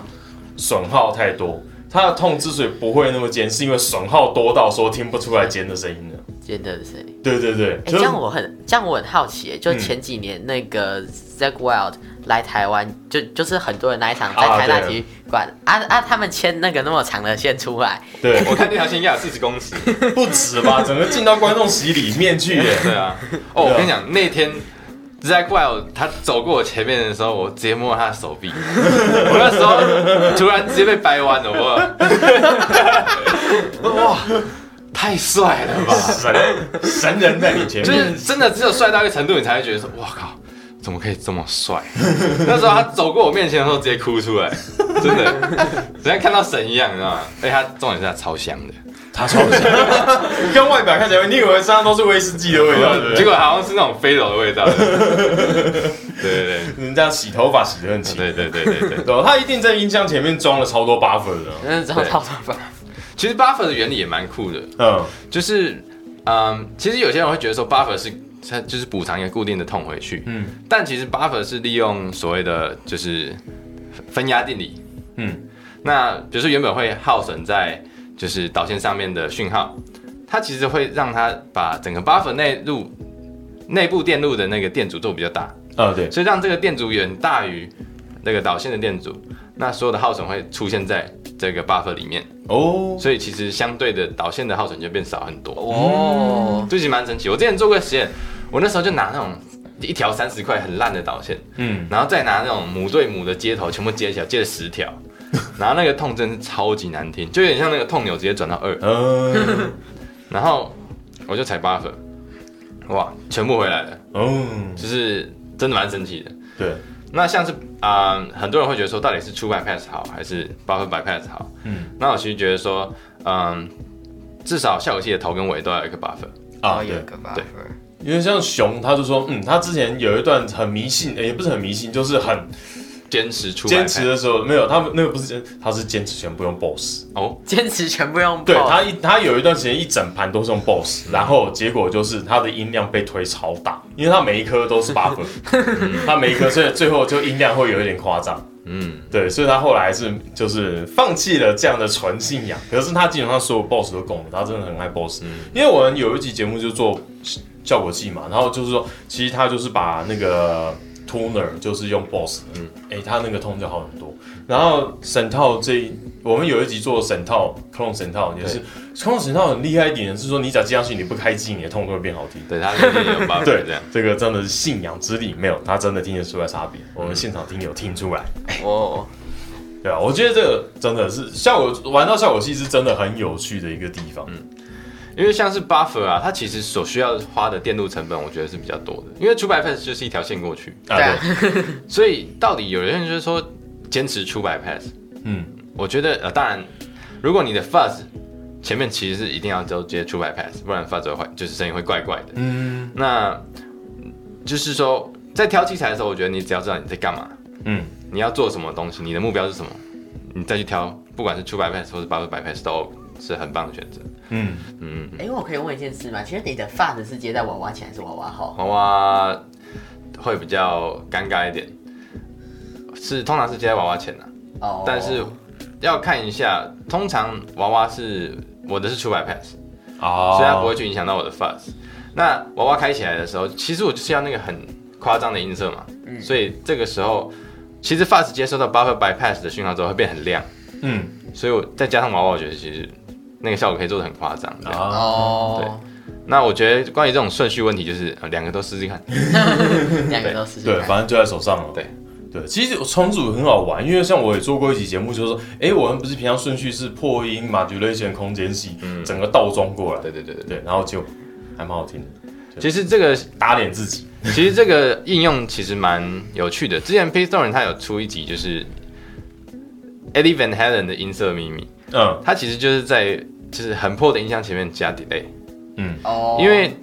[SPEAKER 2] 损耗太多。它的痛之所以不会那么尖，是因为损耗多到说听不出来尖的声音了。
[SPEAKER 4] 尖的声音。
[SPEAKER 2] 对对对，
[SPEAKER 4] 哎、
[SPEAKER 2] 就嗯
[SPEAKER 4] 这
[SPEAKER 2] 是
[SPEAKER 4] 样我很，这样我很好奇耶，就前几年那个 Zack Wild 来台湾，就就是很多人那一场在
[SPEAKER 2] 啊
[SPEAKER 4] 台大
[SPEAKER 2] 对
[SPEAKER 4] 体育馆，啊啊他们牵那个那么长的线出来，
[SPEAKER 2] 对，
[SPEAKER 3] 我看那条线应该有四十公尺。
[SPEAKER 2] 不止吧，整个进到观众席里面去耶。
[SPEAKER 3] 对 啊，哦，我跟你讲，那天 Zack Wild 他走过我前面的时候，我直接摸他的手臂， 我那时候突然直接被掰弯了，我 哇，太帅了吧！
[SPEAKER 2] 神啊神人在你前
[SPEAKER 3] 就
[SPEAKER 2] 面，
[SPEAKER 3] 是真的只有帅到一个程度，你才会觉得说，哇靠，怎么可以这么帅？ 那时候他走过我面前的时候，直接哭出来，真的， 只像看到神一样，你知道吗？而且他重点是他超香的，
[SPEAKER 2] 他超像，跟外表看起来，你以为身上都是威士忌的味道，对不
[SPEAKER 3] 嗯结
[SPEAKER 2] 对？
[SPEAKER 3] 果好像是那种飞柔的味道。 对对对。
[SPEAKER 2] 人家洗头发洗得很勤，
[SPEAKER 3] 对对对对对，
[SPEAKER 2] 对吧，他一定在音箱前面装了超多 buffer 的，
[SPEAKER 4] 真的知道
[SPEAKER 3] 对
[SPEAKER 4] 操作吧？
[SPEAKER 3] 其实 buffer 的原理也蛮酷的，
[SPEAKER 2] 嗯，
[SPEAKER 3] 就是，嗯，其实有些人会觉得说 buffer 是它就是补偿一个固定的痛回去，
[SPEAKER 2] 嗯
[SPEAKER 3] 嗯，但其实 buffer 是利用所谓的就是分压定理，
[SPEAKER 2] 嗯
[SPEAKER 3] 嗯，那比如说原本会耗损在就是导线上面的讯号，它其实会让它把整个 buffer 内路内部电路的那个电阻做比较大，
[SPEAKER 2] 啊对，
[SPEAKER 3] 所以让这个电阻远大于那个导线的电阻，那所有的耗损会出现在这个 buffer 里面，
[SPEAKER 2] 哦，
[SPEAKER 3] 所以其实相对的导线的耗损就变少很
[SPEAKER 2] 嗯
[SPEAKER 3] 多。
[SPEAKER 4] 哦，
[SPEAKER 3] 最近蛮神奇，我之前做过实验，我那时候就拿那种一条三十块很烂的导线，
[SPEAKER 2] 嗯，
[SPEAKER 3] 然后再拿那种母对母的接头全部接起来，接了 十条，然后那个痛真是超级难听，就有点像那个痛钮直接转到二，
[SPEAKER 2] 嗯，
[SPEAKER 3] 然后我就踩 buffer，哇，全部回来了，
[SPEAKER 2] 哦，
[SPEAKER 3] 就是真的蛮神奇的。
[SPEAKER 2] 对，
[SPEAKER 3] 那像是啊、呃很多人会觉得说，到底是出 bypass 好还是 buffer bypass 好？
[SPEAKER 2] 嗯
[SPEAKER 3] 嗯，那我其实觉得说，嗯、至少效果器的头跟尾都要有一个 buffer。
[SPEAKER 2] 啊
[SPEAKER 4] 哦有
[SPEAKER 2] 对
[SPEAKER 4] 一，个
[SPEAKER 3] 对
[SPEAKER 4] buffer。
[SPEAKER 2] 因为像熊，他就说，嗯，他之前有一段很迷信，诶也不是很迷信，就是很
[SPEAKER 3] 坚持出 bypass
[SPEAKER 2] 坚持的时候，没有，他们那个不是坚，他是坚持全部用 boss。
[SPEAKER 3] 哦，
[SPEAKER 4] 坚持全部用
[SPEAKER 2] 对
[SPEAKER 4] Boss
[SPEAKER 2] 他一他有一段时间一整盘都是用 BOSS，然后结果就是他的音量被推超大，因为他每一颗都是 buffer，他每一颗所以最后就音量会有一点夸张。
[SPEAKER 3] 嗯，
[SPEAKER 2] 对，所以他后来还是就是放弃了这样的纯信仰，可是他基本上所有 BOSS 都懂了，他真的很爱 BOSS。因为我们有一集节目就做效果器嘛，然后就是说，其实他就是把那个 tuner 就是用 boss，嗯，哎、他那个痛就好很多。然后沈套这一我们有一集做沈套 clone 沈套也是 clone 沈套很厉害一点是说，你只要接上去，你不开机，你的痛都会变好听。
[SPEAKER 3] 对，它里面有 buffer
[SPEAKER 2] 对
[SPEAKER 3] 这样。，
[SPEAKER 2] 这个真的是信仰之力，没有他真的听得出来差别。我们现场听有听出来，
[SPEAKER 4] 哦，
[SPEAKER 2] 对啊，我觉得这个真的是效果玩到效果器是真的很有趣的一个地方。
[SPEAKER 3] 因为像是 buffer 啊，它其实所需要花的电路成本，我觉得是比较多的。因为出 bypass 就是一条线过去，
[SPEAKER 2] 啊，
[SPEAKER 4] 对啊
[SPEAKER 2] 对，
[SPEAKER 3] 所以到底有人就是说坚持出 bypass，
[SPEAKER 2] 嗯，
[SPEAKER 3] 我觉得呃，当然，如果你的 fuzz 前面其实是一定要都接出 bypass，不然 fuzz 会坏就是声音会怪怪的。
[SPEAKER 2] 嗯
[SPEAKER 3] 那嗯就是说，在挑器材的时候，我觉得你只要知道你在干嘛，
[SPEAKER 2] 嗯，
[SPEAKER 3] 你要做什么东西，你的目标是什么，你再去挑，不管是出 bypass 或是 buffer bypass 都是很棒的选择。
[SPEAKER 2] 嗯，
[SPEAKER 3] 嗯，
[SPEAKER 4] 哎、我可以问一件事吗？其实你的发子是接在娃娃前还是娃娃后？
[SPEAKER 3] 娃娃会比较尴尬一点，是通常是接在娃娃前的、
[SPEAKER 4] 哦，
[SPEAKER 3] 但是要看一下，通常娃娃是我的是出 bypass，
[SPEAKER 2] 哦，
[SPEAKER 3] 所以它不会去影响到我的 fuzz。那娃娃开起来的时候，其实我就是要那个很夸张的音色嘛，所以这个时候其实 fuzz 接收到 buffer bypass 的讯号之后会变很亮，
[SPEAKER 2] 嗯。
[SPEAKER 3] 所以我再加上娃娃，我觉得其实那个效果可以做的很夸张。这样
[SPEAKER 2] 啊，
[SPEAKER 4] 哦，
[SPEAKER 3] 那我觉得关于这种顺序问题，就是呃两个都试试看。
[SPEAKER 4] 两个都试试
[SPEAKER 2] 对，
[SPEAKER 4] 看
[SPEAKER 2] 反正就在手上了。
[SPEAKER 3] 对
[SPEAKER 2] 对，其实重组很好玩，因为像我也做过一期节目，就是说，哎，我们不是平常顺序是破音、modulation、空间系，整个倒装过来，
[SPEAKER 3] 对对对对，
[SPEAKER 2] 对，然后就还蛮好听的，
[SPEAKER 3] 其实这个
[SPEAKER 2] 打脸自己。
[SPEAKER 3] 其实这个应用其实蛮有趣的。之前 Pistone 他有出一集就是 Eddie Van Halen 的音色秘密，
[SPEAKER 2] 嗯
[SPEAKER 3] 它其实就是在就是很破的音箱前面加 delay，
[SPEAKER 4] 哦，
[SPEAKER 3] 因为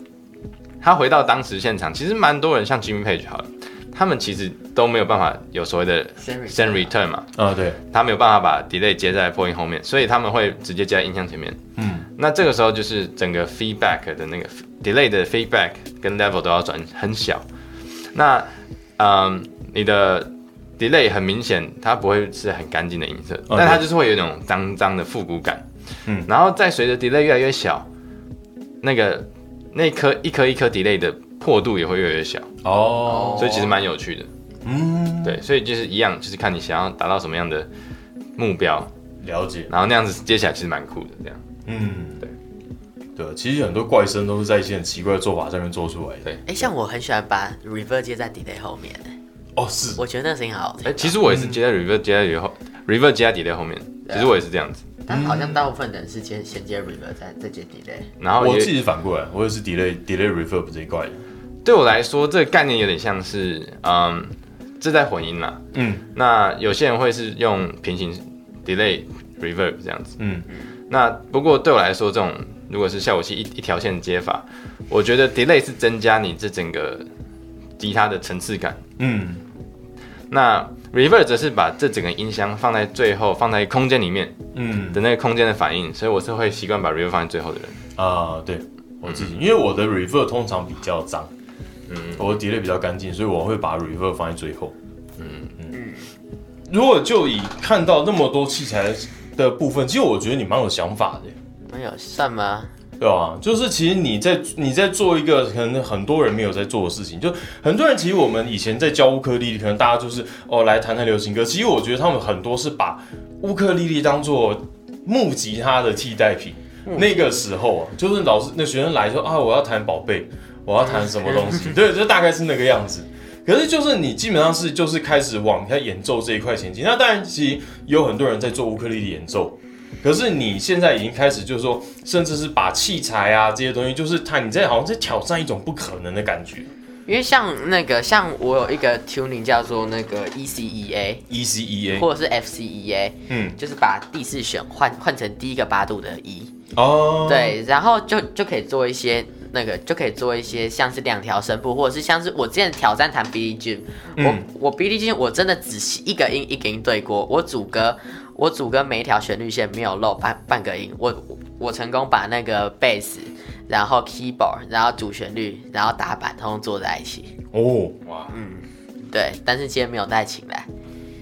[SPEAKER 3] 他回到当时现场，其实蛮多人像 Jimmy Page 好了，他们其实都没有办法有所谓的
[SPEAKER 4] Send
[SPEAKER 3] send
[SPEAKER 4] return
[SPEAKER 3] return 嘛，
[SPEAKER 2] 啊，对，
[SPEAKER 3] 他没有办法把 delay 接在破音后面，所以他们会直接接在音箱前面。
[SPEAKER 2] 嗯，
[SPEAKER 3] 那这个时候就是整个 feedback 的那个 delay 的 feedback 跟 level 都要转很小。那嗯，你的 delay 很明显，它不会是很干净的音色，
[SPEAKER 2] 哦
[SPEAKER 3] 但它
[SPEAKER 2] 对
[SPEAKER 3] 就是会有一种脏脏的复古感。
[SPEAKER 2] 嗯
[SPEAKER 3] 然后再随着 delay 越来越小，那个那颗一颗一颗 delay 的破度也会越来越小，
[SPEAKER 2] 哦，
[SPEAKER 3] 所以其实蛮有趣的。
[SPEAKER 2] 嗯，
[SPEAKER 3] 对，所以就是一样，就是看你想要达到什么样的目标，
[SPEAKER 2] 了解，
[SPEAKER 3] 然后那样子接起来其实蛮酷的。这样，
[SPEAKER 2] 嗯，
[SPEAKER 3] 对，
[SPEAKER 2] 对，其实很多怪声都是在一些很奇怪的做法上面做出来的。
[SPEAKER 3] 对
[SPEAKER 4] 哎，像我很喜欢把 reverb 接在 delay 后面，
[SPEAKER 2] 哦，是，
[SPEAKER 4] 我觉得那个声音好好听
[SPEAKER 3] 哎、。其实我也是接在 reverb 接在 reverb 后 reverb 接在 delay 后面，
[SPEAKER 4] 嗯对啊
[SPEAKER 3] 其实我也是这样子。
[SPEAKER 4] 但好
[SPEAKER 3] 嗯
[SPEAKER 4] 像大部分人是接先接 reverb 再再接 delay。
[SPEAKER 3] 然后
[SPEAKER 2] 我
[SPEAKER 3] 也
[SPEAKER 2] 自己是反过来，啊我也是 delay delay reverb 这一块的。
[SPEAKER 3] 对我来说，这个概念有点像是，嗯，这在混音啦。
[SPEAKER 2] 嗯
[SPEAKER 3] 那有些人会是用平行 delay reverb 这样子。
[SPEAKER 2] 嗯，
[SPEAKER 3] 那不过对我来说，这种如果是效果器一一条线接法，我觉得 delay 是增加你这整个吉他的层次感。
[SPEAKER 2] 嗯，
[SPEAKER 3] 那 reverb 则是把这整个音箱放在最后，放在空间里面
[SPEAKER 2] 嗯
[SPEAKER 3] 的那个空间的反应，所以我是会习惯把 reverb 放在最后的人。
[SPEAKER 2] 啊，对我自己，因为我的 reverb 通常比较脏，
[SPEAKER 3] 嗯，
[SPEAKER 2] 我的 delay 比较干净，所以我会把 reverb 放在最后。嗯嗯，如果就以看到那么多器材的部分，其实我觉得你蛮有想法的。
[SPEAKER 4] 没有算吗？
[SPEAKER 2] 对啊，就是其实你在你在做一个可能很多人没有在做的事情，就很多人其实我们以前在教乌克丽丽，可能大家就是哦来谈谈流行歌，其实我觉得他们很多是把乌克丽丽当做木吉他的替代品。那个时候啊，就是老师那学生来说啊，我要弹宝贝，我要弹什么东西，对，就大概是那个样子。可是就是你基本上是就是开始往他演奏这一块前进。那当然，其实有很多人在做乌克丽丽演奏，可是你现在已经开始就是说，甚至是把器材啊这些东西，就是他你在好像在挑战一种不可能的感觉。
[SPEAKER 4] 因为像那个，像我有一个 tuning 叫做那个 ECEA
[SPEAKER 2] E C E A，
[SPEAKER 4] 或者是 FCEA，
[SPEAKER 2] 嗯，
[SPEAKER 4] 就是把第四弦换换成第一个八度的 E 一、
[SPEAKER 2] 哦，，
[SPEAKER 4] 对，然后就就可以做一些那个，就可以做一些像是两条声部，或者是像是我之前挑战弹 Billie Jean，、
[SPEAKER 2] 嗯
[SPEAKER 4] 我我 Billie Jean 我真的只是一个音一个音对过，我主歌我主歌每一条旋律线没有漏半半个音，我我我成功把那个 bass，然后 keyboard，然后主旋律，然后打板通通做在一起。
[SPEAKER 2] 哦，
[SPEAKER 3] 哇，
[SPEAKER 4] 对，但是今天没有带琴来。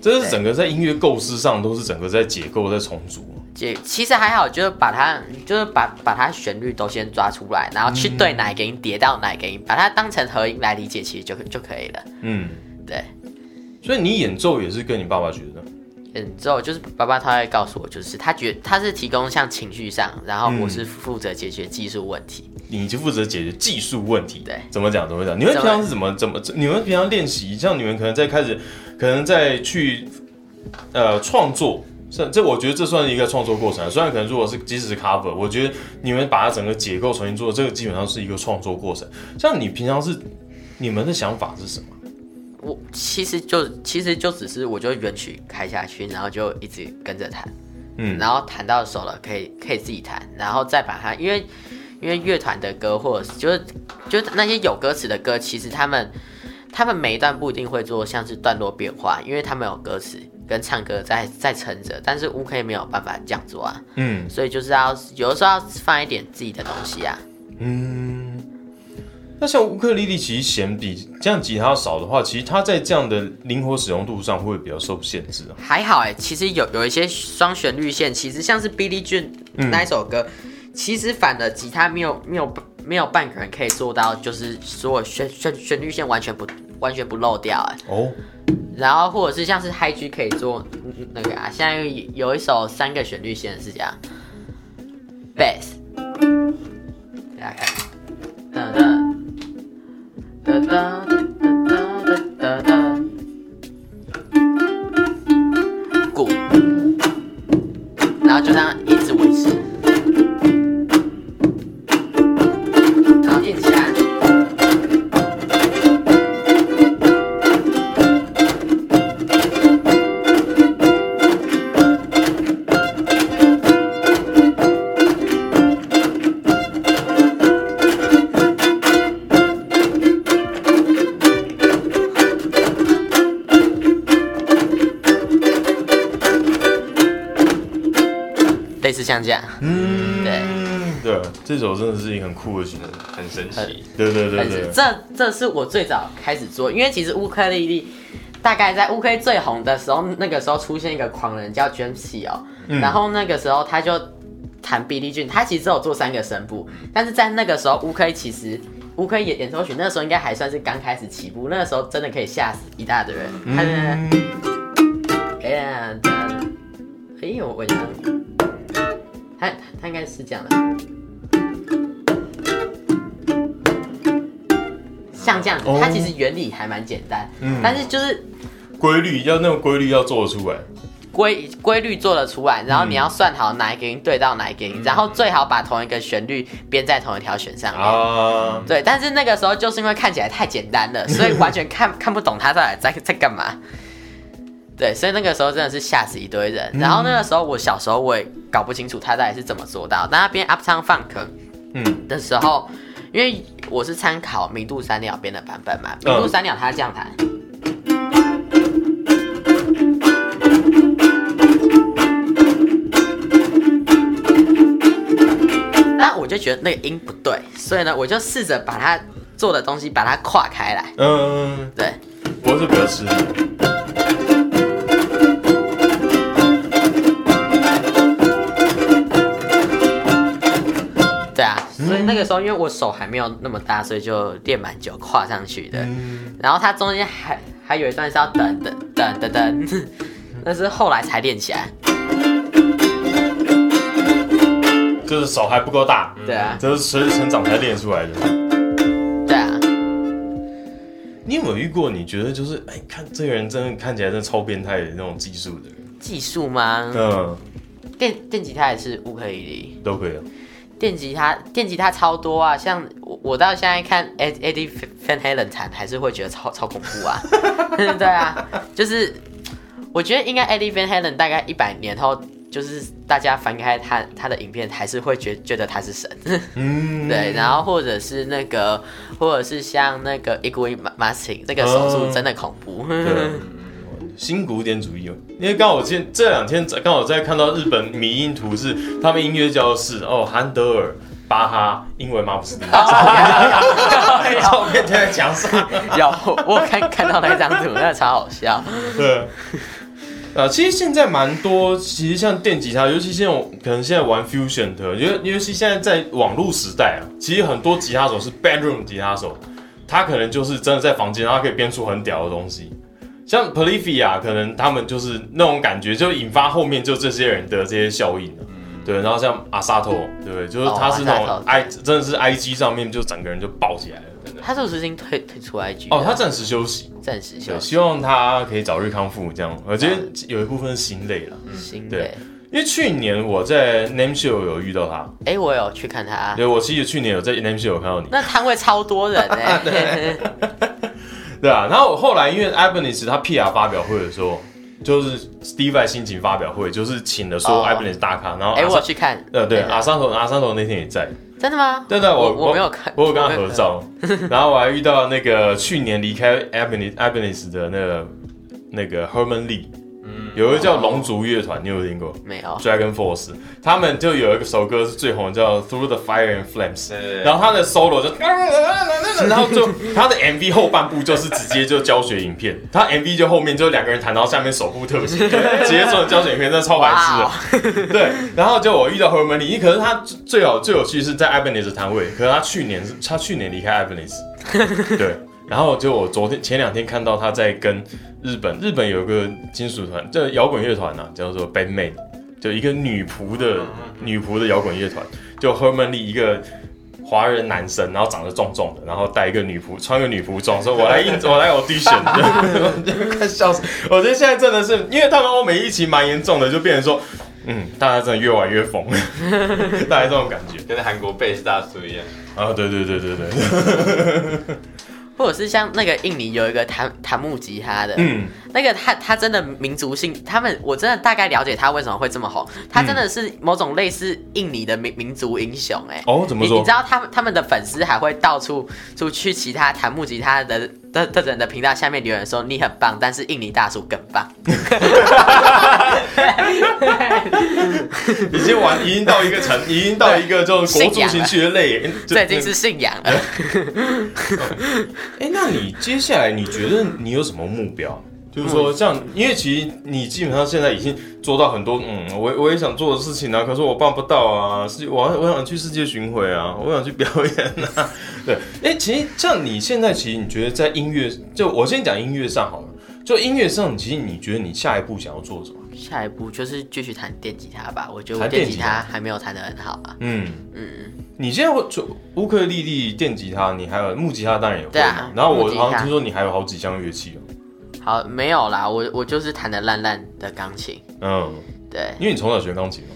[SPEAKER 2] 这是整个在音乐构思上都是整个在解构在重组。
[SPEAKER 4] 就其实还好，就是把它，就是把把它旋律都先抓出来，然后去对哪一个音叠到哪一个音，把它当成合音来理解，其实就就可以了。
[SPEAKER 2] 嗯，
[SPEAKER 4] 对，
[SPEAKER 2] 所以你演奏也是跟你爸爸学的。
[SPEAKER 4] 嗯，之后就是爸爸他会告诉我，就是他觉他是提供像情绪上，然后我是负责解决技术问题。
[SPEAKER 2] 你就负责解决技术问题。
[SPEAKER 4] 对
[SPEAKER 2] 怎么讲？怎么讲？你们平常是怎么怎么？你们平常练习，像你们可能在开始，可能在去呃创作，这这我觉得这算是一个创作过程啊。虽然可能如果是即使是 cover，我觉得你们把它整个结构重新做，这个基本上是一个创作过程。像你平常是你们的想法是什么？
[SPEAKER 4] 我其实就其实就只是我就原曲开下去，然后就一直跟着弹，
[SPEAKER 2] 嗯
[SPEAKER 4] 然后弹到手了可以可以自己弹，然后再把它因为因为乐团的歌或者是就是就是那些有歌词的歌，其实他们他们每一段不一定会做像是段落变化，因为他们有歌词跟唱歌在在撑着，但是乌 k 没有办法这样做啊，
[SPEAKER 2] 嗯
[SPEAKER 4] 所以就是要有的时候要放一点自己的东西啊。
[SPEAKER 2] 嗯。那像乌克丽丽其实弦比这样吉他少的话，其实它在这样的灵活使用度上会不会比较受限制啊。
[SPEAKER 4] 还好哎、其实有有一些双旋律线，其实像是 Billie Jean 那一首歌，其实反而吉他没有没有没有半个人可以做到，就是所有旋旋旋律线完全不完全不漏掉哎、
[SPEAKER 2] 哦，
[SPEAKER 4] 然后或者是像是 High G 可以做嗯那个啊，现在有一首三个旋律线是这样，Bass，大家看像这样，
[SPEAKER 2] 嗯，
[SPEAKER 4] 对
[SPEAKER 2] 对，这首真的是一个很酷的曲子，
[SPEAKER 3] 很神奇。
[SPEAKER 2] 对对对
[SPEAKER 4] 但
[SPEAKER 2] 对
[SPEAKER 4] 是，这这是我最早开始做，因为其实乌克丽丽大概在乌克丽最红的时候，那个时候出现一个狂人叫 James 哦、
[SPEAKER 2] 嗯
[SPEAKER 4] 然后那个时候他就弹比利俊，他其实只有做三个声部，但是在那个时候乌克丽其实。乌克丽演演奏曲那个时候应该还算是刚开始起步，那个时候真的可以吓死一大堆人。他的、
[SPEAKER 2] 嗯，
[SPEAKER 4] And，哎，我我觉得，他他应该是这样的，像这样子，
[SPEAKER 2] 哦
[SPEAKER 4] 它其实原理还蛮简单，
[SPEAKER 2] 嗯
[SPEAKER 4] 但是就是
[SPEAKER 2] 规律要那种规律要做得出来，
[SPEAKER 4] 规规律做得出来，然后
[SPEAKER 2] 嗯
[SPEAKER 4] 你要算好哪一个音对到哪一个音，然后最好把同一个旋律编在同一条弦上面。
[SPEAKER 2] 啊，
[SPEAKER 4] 对，但是那个时候就是因为看起来太简单了，所以完全看看不懂他到底在在干嘛。对，所以那个时候真的是吓死一堆人。然后那个时候我小时候我也搞不清楚他到底是怎么做到。但他编 Uptown Funk
[SPEAKER 2] 嗯
[SPEAKER 4] 的时候，因为我是参考明度三鸟编的版本嘛，明度三鸟他这样弹，那我就觉得那个音不对，所以呢，我就试着把它做的东西把它跨开来，
[SPEAKER 2] 嗯，
[SPEAKER 4] 对。
[SPEAKER 2] 我是比较吃力，
[SPEAKER 4] 对啊，所以那个时候因为我手还没有那么大，所以就练蛮久跨上去的。
[SPEAKER 2] 嗯
[SPEAKER 4] 然后它中间还还有一段是要等等等等等，但是后来才练起来。
[SPEAKER 2] 就是手还不够大，
[SPEAKER 4] 对啊，
[SPEAKER 2] 这是随着成长才练出来的。
[SPEAKER 4] 对啊，
[SPEAKER 2] 你有没有遇过？你觉得就是，哎，看这个人真的看起来真的超变态的那种技术的人，
[SPEAKER 4] 技术吗？
[SPEAKER 2] 嗯，
[SPEAKER 4] 电电吉他也是乌克丽丽，
[SPEAKER 2] 都可以啊。
[SPEAKER 4] 电吉他电吉他超多啊，像我我到现在看 Ed- Eddie Van Halen 弹，还是会觉得超超恐 怖啊。对啊，就是我觉得应该 Eddie Van Halen 大概一百年后。就是大家翻开他他的影片，还是会觉觉得他是神。
[SPEAKER 2] 嗯，
[SPEAKER 4] 对，然后或者是那个，或者是像那个 e g u i m a s t i n 这个手术真的恐怖。
[SPEAKER 2] 哦 对新古典主义哦，因为刚好我今天这两天刚好在看到日本迷音图是他们音乐教室哦，韩德尔、巴哈，英文吗？不是，照片贴在墙上。
[SPEAKER 4] 有，我看看到那张图，那超好笑。
[SPEAKER 2] 对，呃，其实现在蛮多，其实像电吉他，尤其现在我可能现在玩 fusion 的，尤尤其现在在网络时代啊，其实很多吉他手是 bedroom 吉他手，他可能就是真的在房间，他可以编出很屌的东西。像 Polyphia 可能他们就是那种感觉，就引发后面就这些人的这些效应了、啊对，然后像阿萨托，对不对？就是他是那
[SPEAKER 4] 哦
[SPEAKER 2] 种 I，、
[SPEAKER 4] Asato，
[SPEAKER 2] 真的是 IG 上面就整个人就爆起来了，真的。
[SPEAKER 4] 他是不是已经退退出 IG？
[SPEAKER 2] 哦，他暂时休息，
[SPEAKER 4] 暂时休
[SPEAKER 2] 对，
[SPEAKER 4] 息。
[SPEAKER 2] 希望他可以早日康复。这样，我觉得
[SPEAKER 4] 嗯
[SPEAKER 2] 有一部分是心累了，
[SPEAKER 4] 新的
[SPEAKER 2] 对，因为去年我在 Name Show 有遇到他，
[SPEAKER 4] 哎，我有去看他，
[SPEAKER 2] 对我记得去年有在 Name Show 有看到你，
[SPEAKER 4] 那摊位超多人
[SPEAKER 2] 啊
[SPEAKER 4] 哎。
[SPEAKER 2] 对啊。然后我后来因为 a b a n e s 他 PR 发表会的时候，就是 Steve 心情发表会，就是请了所有
[SPEAKER 4] 哦
[SPEAKER 2] a b a n e s 大咖，然后
[SPEAKER 4] 哎，
[SPEAKER 2] 阿
[SPEAKER 4] 我
[SPEAKER 2] 桑
[SPEAKER 4] 有去看。啊
[SPEAKER 2] 呃对阿三头阿三头那天也在，
[SPEAKER 4] 真的吗？
[SPEAKER 2] 对对，啊我
[SPEAKER 4] 我没有看，
[SPEAKER 2] 我有跟他
[SPEAKER 4] 没
[SPEAKER 2] 合。照，然后我还遇到那个去年离开 a b a n e s a b a n e s 的那个那个 Herman Lee，有一
[SPEAKER 4] 嗯
[SPEAKER 2] 个
[SPEAKER 4] 哦
[SPEAKER 2] 叫龙族乐团，你有听过？
[SPEAKER 4] 没有，
[SPEAKER 2] Dragon Force，他们就有一个首歌是最红的，叫 Through the Fire and Flames，
[SPEAKER 3] 对对对
[SPEAKER 2] 然后他的 solo 就， 然后就他的 MV 后半部就是直接就教学影片，他 MV 就后面就两个人弹，然后下面手部特写，直接做的教学影片，真的超白痴的。对，然后就我遇到 Herman Lee，可是他最好最有趣是在 Ibanez 的摊位，可是他去年是他去年离开 Ibanez，对。然后就我昨天前两天看到他在跟日本日本有个金属团，这摇滚乐团呐、啊，叫做 b a d m a n 就一个女仆的女仆的摇滚乐团，就 Herman Lee 一个华人男生，然后长得壮壮的，然后带一个女仆，穿个女仆装，说我来应我来 audition，我就快笑死！我觉得现在真的是，因为他们欧美疫情蛮严重的，就变成说，嗯，大家真的越玩越 疯，大概这种感觉
[SPEAKER 3] 跟韩国贝斯大叔一样，
[SPEAKER 2] 啊，对对对对对，
[SPEAKER 4] 或者是像那个印尼有一个弹弹木吉他的，
[SPEAKER 2] 嗯，
[SPEAKER 4] 那个他他真的民族性，他们我真的大概了解他为什么会这么红，他真的是某种类似印尼的民民族英雄哎、
[SPEAKER 2] 哦，怎么
[SPEAKER 4] 你你
[SPEAKER 2] 说
[SPEAKER 4] 知？道他们他们的粉丝还会到处出去其他弹木吉他的特特整的频道下面留言说你很棒，但是印尼大叔更棒。
[SPEAKER 2] 已经玩，已经到一个层，已经到一个这种国足情绪的泪。就
[SPEAKER 4] 这已经是信仰了。
[SPEAKER 2] 哎，那你接下来你觉得你有什么目标？就是说，像因为其实你基本上现在已经做到很多，嗯，我我也想做的事情啊，可是我办不到啊。是，我我想去世界巡回啊，我想去表演啊。对，哎，其实像你现在，其实你觉得在音乐，就我先讲音乐上好了。就音乐上，其实你觉得你下一步想要做什么？
[SPEAKER 4] 下一步就是继续弹电吉他吧，我觉得我
[SPEAKER 2] 弹电
[SPEAKER 4] 电吉
[SPEAKER 2] 吉他
[SPEAKER 4] 他还没有弹得很好啊。
[SPEAKER 2] 嗯，
[SPEAKER 4] 嗯，
[SPEAKER 2] 你现在会就乌克丽丽、电吉他，你还有木吉他，当然也会嘛。
[SPEAKER 4] 对啊
[SPEAKER 2] 然后
[SPEAKER 4] 木
[SPEAKER 2] 我
[SPEAKER 4] 吉他
[SPEAKER 2] 好像听说你还有好几项乐器哦。
[SPEAKER 4] 好，没有啦，我我就是弹的烂烂的钢琴。
[SPEAKER 2] 嗯，
[SPEAKER 4] 对，
[SPEAKER 2] 因为你从小学钢琴嘛。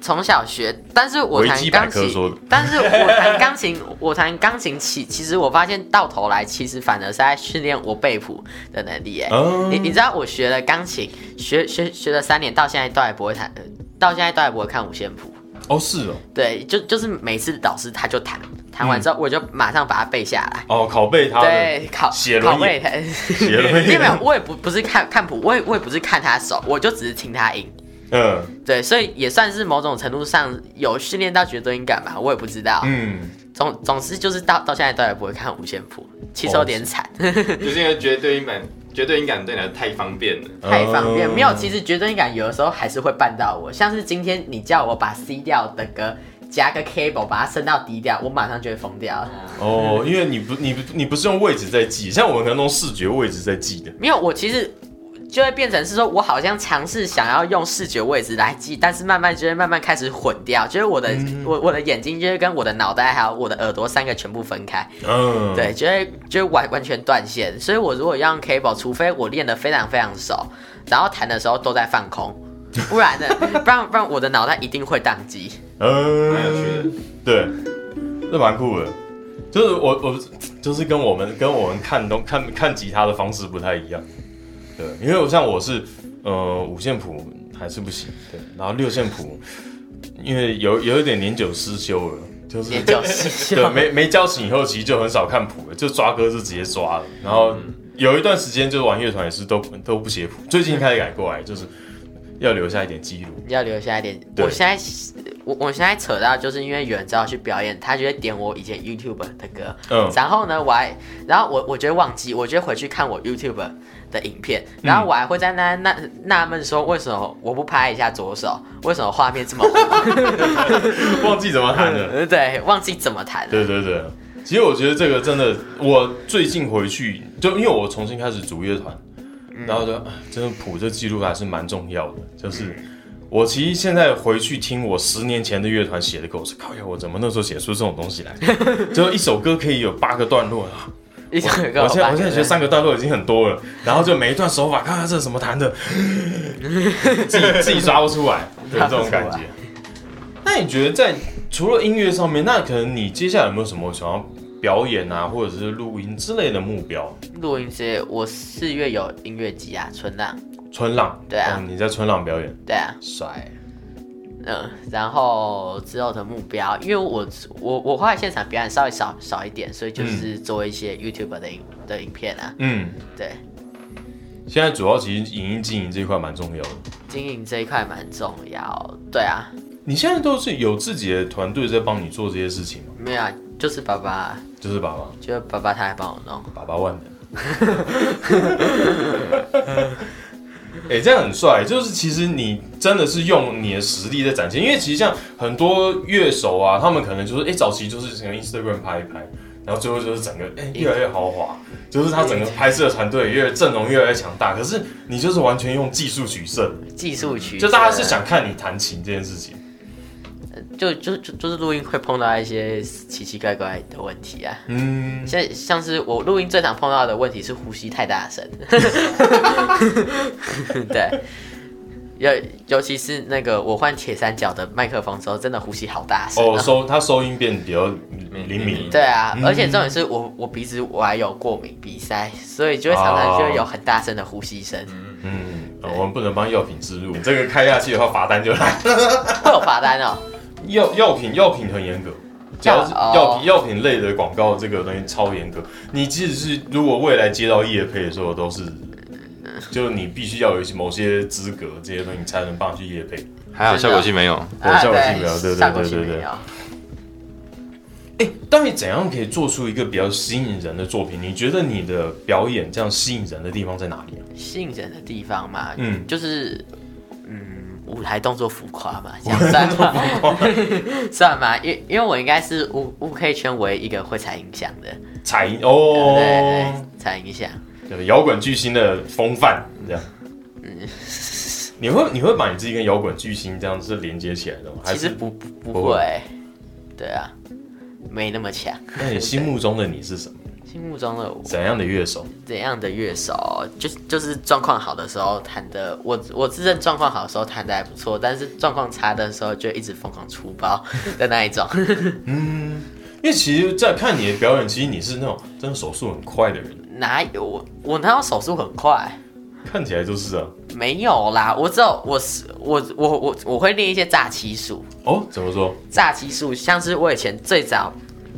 [SPEAKER 4] 从小学，但是我
[SPEAKER 2] 维
[SPEAKER 4] 弹
[SPEAKER 2] 基百
[SPEAKER 4] 钢
[SPEAKER 2] 科说的
[SPEAKER 4] 琴，但是我弹钢琴，我弹钢琴其其实我发现到头来，其实反而是在训练我背谱的能力。哎、
[SPEAKER 2] 嗯
[SPEAKER 4] 你你知道我学了钢琴，学学学了三年，到现在都还不会弹，呃到现在都还不会看五线谱。
[SPEAKER 2] 哦，是哦，
[SPEAKER 4] 对，就就是每次老师他就弹，弹
[SPEAKER 2] 嗯
[SPEAKER 4] 完之后我就马上把它背下来。
[SPEAKER 2] 哦，拷贝他的。
[SPEAKER 4] 对，考
[SPEAKER 2] 写轮
[SPEAKER 4] 考
[SPEAKER 2] 眼
[SPEAKER 4] 背弹，
[SPEAKER 2] 写轮眼
[SPEAKER 4] 没有没有，我也不不是看看谱，我也我也不是看他手，我就只是听他音。
[SPEAKER 2] 嗯
[SPEAKER 4] 对，所以也算是某种程度上有训练到绝对音感吧，我也不知道。
[SPEAKER 2] 嗯，
[SPEAKER 4] 总总之就是到到现在都还不会看五线谱，其实有点惨，
[SPEAKER 2] 嗯
[SPEAKER 3] 就是因为绝对音感，绝对音感对你来说太方便了。
[SPEAKER 4] 太方便。
[SPEAKER 2] 哦
[SPEAKER 4] 没有，其实绝对音感有的时候还是会绊到我，像是今天你叫我把 C 调的歌加个 cable 把它升到 D 调，我马上就会疯掉了。
[SPEAKER 2] 哦，因为你不你不你不是用位置在记，像我们可能用视觉位置在记的。
[SPEAKER 4] 没有，我其实。就会变成是说，我好像尝试想要用视觉位置来记，但是慢慢就会慢慢开始混掉，就是我的、
[SPEAKER 2] 嗯
[SPEAKER 4] 我我的眼睛就会跟我的脑袋还有我的耳朵三个全部分开，
[SPEAKER 2] 嗯，
[SPEAKER 4] 对，就会就会完完全断线。所以我如果要用 cable，除非我练得非常非常熟，然后弹的时候都在 放空，不然呢，不然不然我的脑袋一定会宕机。
[SPEAKER 2] 嗯，
[SPEAKER 3] 蛮有趣的
[SPEAKER 2] 对，这蛮酷的。就是我我就是跟我们跟我们看东看看吉他的方式不太一样，对，因为我像我是呃五线谱还是不行，对，然后六线谱因为有有一点年久失修了，就是
[SPEAKER 4] 也 就是
[SPEAKER 2] 对，没没交情以后，其实就很少看谱了，就抓歌就直接抓了。然后有一段时间就是玩乐团也是都都不写谱，最近开始改过来，就是要留下一点记录。
[SPEAKER 4] 要留下一点。
[SPEAKER 2] 对
[SPEAKER 4] 我现在我我现在扯到，就是因为有人找我去表演，他就会点我以前 YouTube 的歌，
[SPEAKER 2] 嗯
[SPEAKER 4] 然后呢，我还，然后我我就会忘记，我就会回去看我 YouTube 的影片，然后
[SPEAKER 2] 嗯
[SPEAKER 4] 我还会在那那纳闷说，为什么我不拍一下左手？为什么画面这 么糊？
[SPEAKER 2] 忘记怎么弹 了。
[SPEAKER 4] 对，忘记怎么弹了。
[SPEAKER 2] 对对对，其实我觉得这个真的，我最近回去就因为我重新开始组乐团，然后就 啊真的谱这记录还是蛮重要的，就是。我其实现在回去听我十年前的乐团写的歌，我说靠呀，我怎么那时候写出这种东西来？就一首歌可以有八个段落啊，
[SPEAKER 4] 一首歌，
[SPEAKER 2] 我现在
[SPEAKER 4] 八
[SPEAKER 2] 我现
[SPEAKER 4] 个
[SPEAKER 2] 在
[SPEAKER 4] 人
[SPEAKER 2] 学三个段落已经很多了，然后就每一段手法，看看这是什么 弹的，自己自己抓不出来，对这种感觉。那你觉得在除了音乐上面，那可能你接下来有没有什么想要表演啊，或者是录音之类的目标？
[SPEAKER 4] 录音室，我四月有音乐季啊，春浪，
[SPEAKER 2] 春浪，
[SPEAKER 4] 对啊
[SPEAKER 2] 哦你在春浪表演，
[SPEAKER 4] 对啊，
[SPEAKER 2] 帅，
[SPEAKER 4] 嗯，然后之后的目标，因为我我我后来现场表演稍微少少一点，所以就是做一些 YouTube 的影的影片啊，
[SPEAKER 2] 嗯，
[SPEAKER 4] 对，
[SPEAKER 2] 现在主要其实影音经营这一块蛮重要的。
[SPEAKER 4] 经营这一块蛮重要，对啊，
[SPEAKER 2] 你现在都是有自己的团队在帮你做这些事情吗？
[SPEAKER 4] 没有啊，就是爸爸，
[SPEAKER 2] 就是爸爸，
[SPEAKER 4] 就是爸爸他来帮我弄，
[SPEAKER 2] 爸爸 万能。哎、这样很帅，就是其实你真的是用你的实力在展现，因为其实像很多乐手啊，他们可能就是哎、诶早期就是可能 Instagram 拍一拍，然后最后就是整个哎、诶越来越豪华，就是他整个拍摄团队越阵容越来越强大，可是你就是完全用技术取胜，
[SPEAKER 4] 技术
[SPEAKER 2] 嗯
[SPEAKER 4] 区，
[SPEAKER 2] 就大家是想看你弹琴这件事情。
[SPEAKER 4] 就就就就是录音会碰到一些奇奇怪怪的问题啊，
[SPEAKER 2] 嗯，
[SPEAKER 4] 像像是我录音最常碰到的问题是呼吸太 大声，对，尤尤其是那个我换铁三角的麦克风之后，真的呼吸好大声、
[SPEAKER 2] 哦，嗯
[SPEAKER 4] 啊。
[SPEAKER 2] 收他收音变比较灵敏，
[SPEAKER 4] 对啊，而且重点是我我鼻子我还有过敏鼻塞，所以就会常常就会有很大声的呼吸声，
[SPEAKER 2] 哦嗯、呃我们不能帮药品植入，你这个开下去的话罚单就来了。
[SPEAKER 4] 会有罚单哦。
[SPEAKER 2] 药药品药品很严格，只要是
[SPEAKER 4] 哦
[SPEAKER 2] 药品药品类的广告，这个东西超严格。你即使是如果未来接到业配的时候，都是就是你必须要有一些某些资格，这些东西你才能帮去业配。
[SPEAKER 3] 还好效果器没有，
[SPEAKER 2] 我
[SPEAKER 4] 啊
[SPEAKER 2] 效果
[SPEAKER 4] 对
[SPEAKER 2] 性比较对对
[SPEAKER 4] 效果
[SPEAKER 2] 对
[SPEAKER 4] 性
[SPEAKER 2] 对
[SPEAKER 4] 没
[SPEAKER 2] 对
[SPEAKER 4] 有
[SPEAKER 2] 哎、到底怎样可以做出一个比较吸引人的作品？你觉得你的表演这样吸引人的地方在哪里啊？
[SPEAKER 4] 吸引人的地方嘛，
[SPEAKER 2] 嗯
[SPEAKER 4] 嗯，就是嗯，舞台动作浮夸嘛， 这样算 吗？
[SPEAKER 2] 啊
[SPEAKER 4] 算吗？因因为我应该是乌乌 K 圈唯一一个会踩音响的，
[SPEAKER 2] 彩音
[SPEAKER 4] 对
[SPEAKER 2] 哦，
[SPEAKER 4] 对，踩音响，
[SPEAKER 2] 对摇滚巨星的风范这样。
[SPEAKER 4] 嗯
[SPEAKER 2] 你会你会把你自己跟摇滚巨星这样子连接起来的吗？还
[SPEAKER 4] 其实
[SPEAKER 2] 是
[SPEAKER 4] 不不
[SPEAKER 2] 不
[SPEAKER 4] 不
[SPEAKER 2] 会
[SPEAKER 4] 会，对啊，没那么强。
[SPEAKER 2] 那你哎心目中的你是什么？
[SPEAKER 4] 心目中的我
[SPEAKER 2] 怎样的乐手？
[SPEAKER 4] 怎样的乐手，就是就是状况好的时候弹的，我我自认状况好的时候弹的还不错，但是状况差的时候就一直疯狂出包的那一种。
[SPEAKER 2] 因为其实，在看你的表演，其实你是那种真的手速很快的人，
[SPEAKER 4] 哪有我我哪有手速很快？
[SPEAKER 2] 看起来就是啊。
[SPEAKER 4] 没有啦，我只有我是我我我我会练一些炸欺术，
[SPEAKER 2] 哦，怎么说？
[SPEAKER 4] 炸欺术像是我以前最早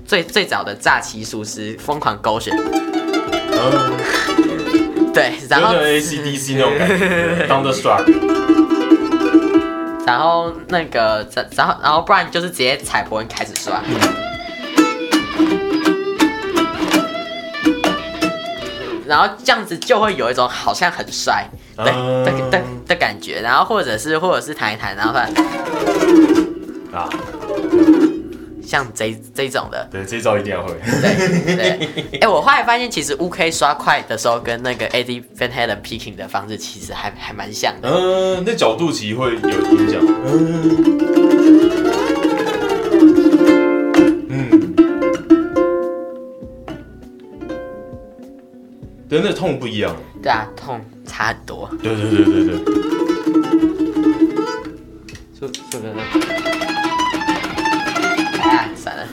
[SPEAKER 4] 最最早的炸欺术是疯狂勾选，
[SPEAKER 2] 嗯，
[SPEAKER 4] 对，然
[SPEAKER 2] 有
[SPEAKER 4] 后
[SPEAKER 2] 点 ACDC 那种感觉，Thunderstruck。
[SPEAKER 4] 然后那个然然后然后不然就是直接踩波音开始刷，然后这样子就会有一种好像很帅的的的的感觉，然后或者是或者是弹一弹，然后突然
[SPEAKER 2] 啊，
[SPEAKER 4] 像这这种的。
[SPEAKER 2] 对，这招一定要会。
[SPEAKER 4] 对对， 哎、我后来发现，其实 UK 刷快的时候，跟那个 AD Van Halen picking 的方式其实还还蛮像的。
[SPEAKER 2] 嗯，那角度其实会有影响。嗯，对，那痛不一样。
[SPEAKER 4] 对啊，痛差很多。
[SPEAKER 2] 对对对对对。
[SPEAKER 4] 说说的。哎，算了，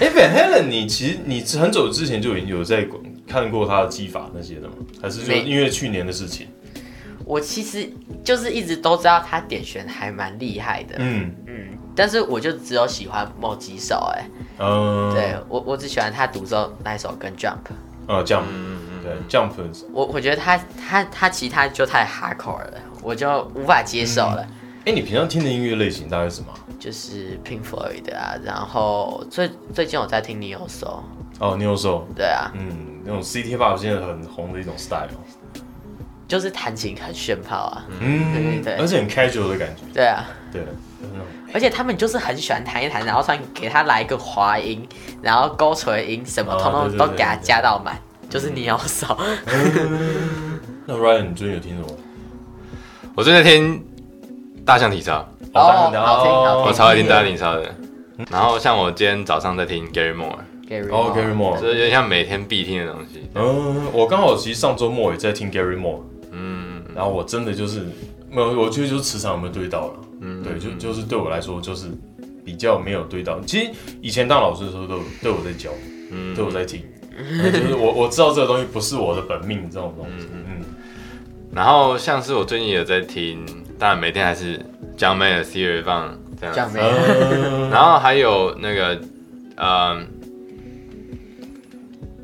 [SPEAKER 2] 哎，Van Halen，你其实你很久之前就已经有在看过他的技法那些的吗？还是就
[SPEAKER 4] 没
[SPEAKER 2] 因为去年的事情？
[SPEAKER 4] 我其实就是一直都知道他点选还蛮厉害的，
[SPEAKER 2] 嗯
[SPEAKER 4] 嗯，但是我就只有喜欢某几首、哎、
[SPEAKER 2] 嗯，
[SPEAKER 4] 对啊我我只喜欢他独奏那一首跟 Jump，
[SPEAKER 2] 啊，Jump，对 Jump，
[SPEAKER 4] 我我觉得他他他其他就太 hardcore 了，我就无法接受了。
[SPEAKER 2] 哎，你平常听的音乐类型大概是什么啊？
[SPEAKER 4] 就是 Pink Floyd 啊，然后最最近我在听 Neo Soul，
[SPEAKER 2] 哦，你有说，
[SPEAKER 4] 对啊，
[SPEAKER 2] 嗯，那种 City Pop 现在很红的一种 style，
[SPEAKER 4] 就是弹琴很炫炮啊，
[SPEAKER 2] 嗯
[SPEAKER 4] 对对对
[SPEAKER 2] 而且很 casual 的感觉，
[SPEAKER 4] 对啊，
[SPEAKER 2] 对，就是那种
[SPEAKER 4] 而且他们就是很喜欢弹一弹，然后突然给他来一个滑音，然后勾唇音什么，
[SPEAKER 2] 哦
[SPEAKER 4] 通
[SPEAKER 2] 对对
[SPEAKER 4] 通
[SPEAKER 2] 对哦
[SPEAKER 4] 都给他加到满，就是 Neo Soul，
[SPEAKER 2] 那 Ryan，你最近有听什么？
[SPEAKER 3] 我最近在听大象体操，
[SPEAKER 4] 哦
[SPEAKER 2] 当然
[SPEAKER 4] 好听好听
[SPEAKER 3] 我超爱听大象体操的。
[SPEAKER 2] 嗯
[SPEAKER 3] 然后像我今天早上在听 Gary Moore，
[SPEAKER 4] Gary
[SPEAKER 2] 哦
[SPEAKER 4] Moore
[SPEAKER 2] ，Gary Moore，
[SPEAKER 3] 所以有点像每天必听的东西。
[SPEAKER 2] 嗯，我刚好其实上周末也在听 Gary Moore，
[SPEAKER 3] 嗯，
[SPEAKER 2] 然后我真的就是没有，我觉得就是磁场有没有对到了，
[SPEAKER 3] 嗯
[SPEAKER 2] 对，就就是对我来说就是比较没有对到。其实以前当老师的时候都有对我在教，
[SPEAKER 3] 嗯
[SPEAKER 2] 对我在听，就是我我知道这个东西不是我的本命这种东西，嗯，
[SPEAKER 3] 然后像是我最近也在听，当然每天还是 John Mayer、s e r i v a n 这 样
[SPEAKER 4] 这样
[SPEAKER 3] 子。
[SPEAKER 4] 没有，
[SPEAKER 2] 嗯
[SPEAKER 3] 然后还有那个呃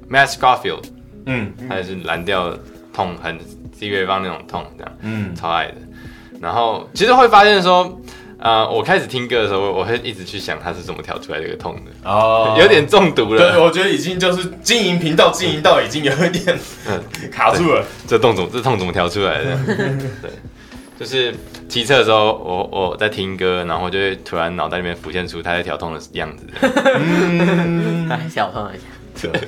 [SPEAKER 3] Matt Scofield，
[SPEAKER 2] 嗯
[SPEAKER 3] 他也是蓝调痛，很 s e r i v a n 那种痛这样。
[SPEAKER 2] 嗯
[SPEAKER 3] 超爱的。然后其实会发现说，呃，我开始听歌的时候，我会一直去想它是怎么调出来这个痛的，
[SPEAKER 2] 啊
[SPEAKER 3] 有点中毒
[SPEAKER 2] 对，
[SPEAKER 3] 了。
[SPEAKER 2] 我觉得已经就是经营频道经营到已经有一点卡住了，
[SPEAKER 3] 这痛怎么这痛怎么调出 来的？对，就是骑车的时候，我我在听歌，然后就会突然脑袋里面浮现出他在调痛的样子。
[SPEAKER 4] 小朋友一下。
[SPEAKER 2] 嗯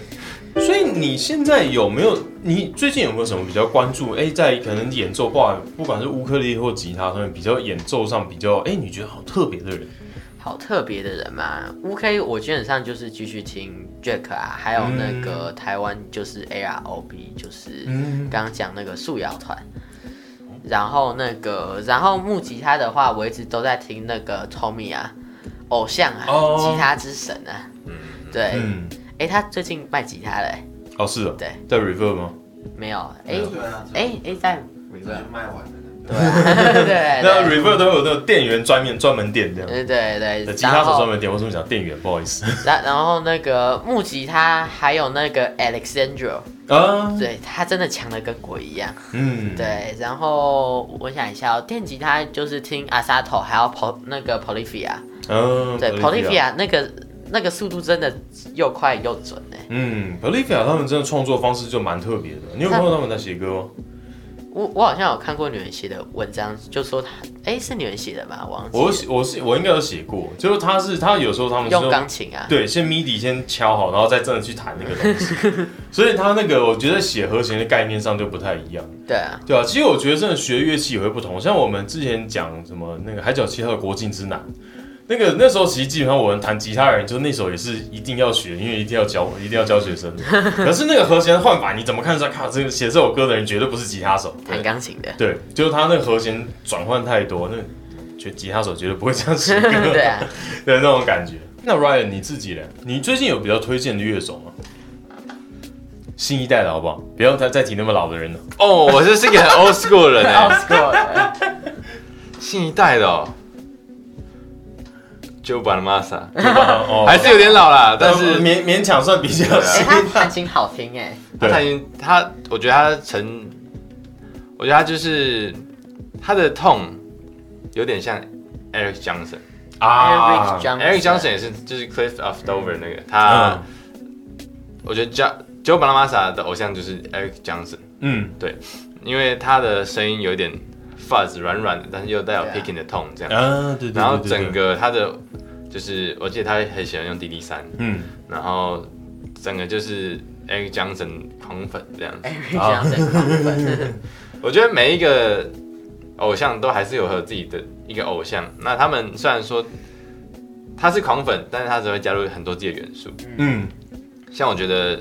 [SPEAKER 2] 所以你现在有没有？你最近有没有什么比较关注？哎、在可能演奏挂，不管是乌克丽或吉他上面，比较演奏上比较，哎、你觉得好特别的人？
[SPEAKER 4] 好特别的人嘛。UK 我基本上就是继续听 Jack 啊，还有那个台湾就是 AROB，就是
[SPEAKER 2] 嗯
[SPEAKER 4] 刚刚讲那个素摇团。然后那个，然后木吉他的话，我一直都在听那个 Tommy 啊，偶像啊，
[SPEAKER 2] 哦
[SPEAKER 4] 吉他之神啊。对，哎、
[SPEAKER 2] 嗯，
[SPEAKER 4] 他最近卖吉他了、欸，
[SPEAKER 2] 哦，是哦，
[SPEAKER 4] 对，
[SPEAKER 2] 在 reverb 吗？
[SPEAKER 4] 没有？哎
[SPEAKER 2] 没有
[SPEAKER 5] 对啊，
[SPEAKER 4] 哎哎，在
[SPEAKER 5] 每次就卖完了。
[SPEAKER 4] 对啊 对对
[SPEAKER 2] 那
[SPEAKER 4] 对
[SPEAKER 2] Reverb 都有那个店员专面专门店这样。
[SPEAKER 4] 对对
[SPEAKER 2] 对
[SPEAKER 4] 对，
[SPEAKER 2] 吉他
[SPEAKER 4] 然
[SPEAKER 2] 手专
[SPEAKER 4] 后
[SPEAKER 2] 门店，我怎么讲店员？不好意思
[SPEAKER 4] 然然后那个木吉他还有那个 Alexandro，
[SPEAKER 2] 啊，
[SPEAKER 4] 对他真的强的跟鬼一样。
[SPEAKER 2] 嗯，，
[SPEAKER 4] 对，然后我想一下哦，电吉他就是听阿萨头，还有 Pol 那个 Polyphia，
[SPEAKER 2] 嗯，
[SPEAKER 4] 对
[SPEAKER 2] Polyphia
[SPEAKER 4] Polyphia 那个那个速度真的又快又准呢。
[SPEAKER 2] 嗯，Polyphia 他们真的创作方式就蛮特别的。你有看到他们在写歌吗？
[SPEAKER 4] 我我好像有看过女人写的文章，就说他哎是女人写的吧，我忘记
[SPEAKER 2] 我
[SPEAKER 4] 了
[SPEAKER 2] 有写我是我应该有写过，就是他是他有时候他们是
[SPEAKER 4] 用钢琴啊，
[SPEAKER 2] 对，先 MIDI 先敲好，然后再真的去弹那个东西， 所以他那个我觉得写和弦的概念上就不太一样，
[SPEAKER 4] 对啊，
[SPEAKER 2] 对啊，其实我觉得真的学乐器也会不同，像我们之前讲什么那个海角七号的国境之南，那个那时候其实基本上我们弹吉他的人，就那首也是一定要学，因为一定要教一定要教学 生的。可是那个和弦换法，你怎么看出来？靠，这个写这首歌的人绝对不是吉 他手，，
[SPEAKER 4] 弹钢琴的
[SPEAKER 2] 对，就是他那个和弦转换太多，那觉吉他手绝对不会这样写歌。
[SPEAKER 4] 对啊。
[SPEAKER 2] 的那种感觉。那 Ryan 你自己呢？你最近有比较推荐的乐手吗？新一代的好不好？不要再再提那么老的人了。
[SPEAKER 3] 哦，我是是一个很 old school 的人
[SPEAKER 2] 啊
[SPEAKER 4] 奥
[SPEAKER 3] 哎，
[SPEAKER 4] 斯卡的
[SPEAKER 3] 新一代的哦，Joe b a n m a s a
[SPEAKER 2] 哦嗯
[SPEAKER 3] 还是有点老啦，但是
[SPEAKER 2] 呃
[SPEAKER 3] 啊
[SPEAKER 2] 勉勉强算比较
[SPEAKER 4] 哎，
[SPEAKER 2] 新。
[SPEAKER 4] 他弹琴好 听哎，
[SPEAKER 2] 对
[SPEAKER 3] 他已经他，我觉得他成，我觉得他就是他的痛有点像 Eric Johnson。
[SPEAKER 2] 啊
[SPEAKER 4] Eric Johnson
[SPEAKER 3] Eric Johnson 也是，就是 Cliff of Dover 那个他，我觉得 Jo Joe b a l a m a s a 的偶像就是 Eric Johnson，
[SPEAKER 2] 嗯
[SPEAKER 3] 因为他的声音有点 fuzz 软软的，但是又带有
[SPEAKER 4] 对啊
[SPEAKER 3] picking 的痛这样。
[SPEAKER 2] 啊，对对对
[SPEAKER 3] 然后
[SPEAKER 2] 对
[SPEAKER 3] 整
[SPEAKER 2] 对
[SPEAKER 3] 个他的就是，我记得他很喜欢用 DD 三，
[SPEAKER 2] 嗯，
[SPEAKER 3] 然后整个就是 Eric Johnson 狂粉这样
[SPEAKER 2] 哎
[SPEAKER 3] 子。
[SPEAKER 4] 这样
[SPEAKER 2] 啊
[SPEAKER 4] 子，
[SPEAKER 3] 我觉得每一个偶像都还是有和自己的一个偶像。那他们虽然说他是狂粉，但是他只会加入很多自己的元素。
[SPEAKER 2] 嗯
[SPEAKER 3] 像我觉得，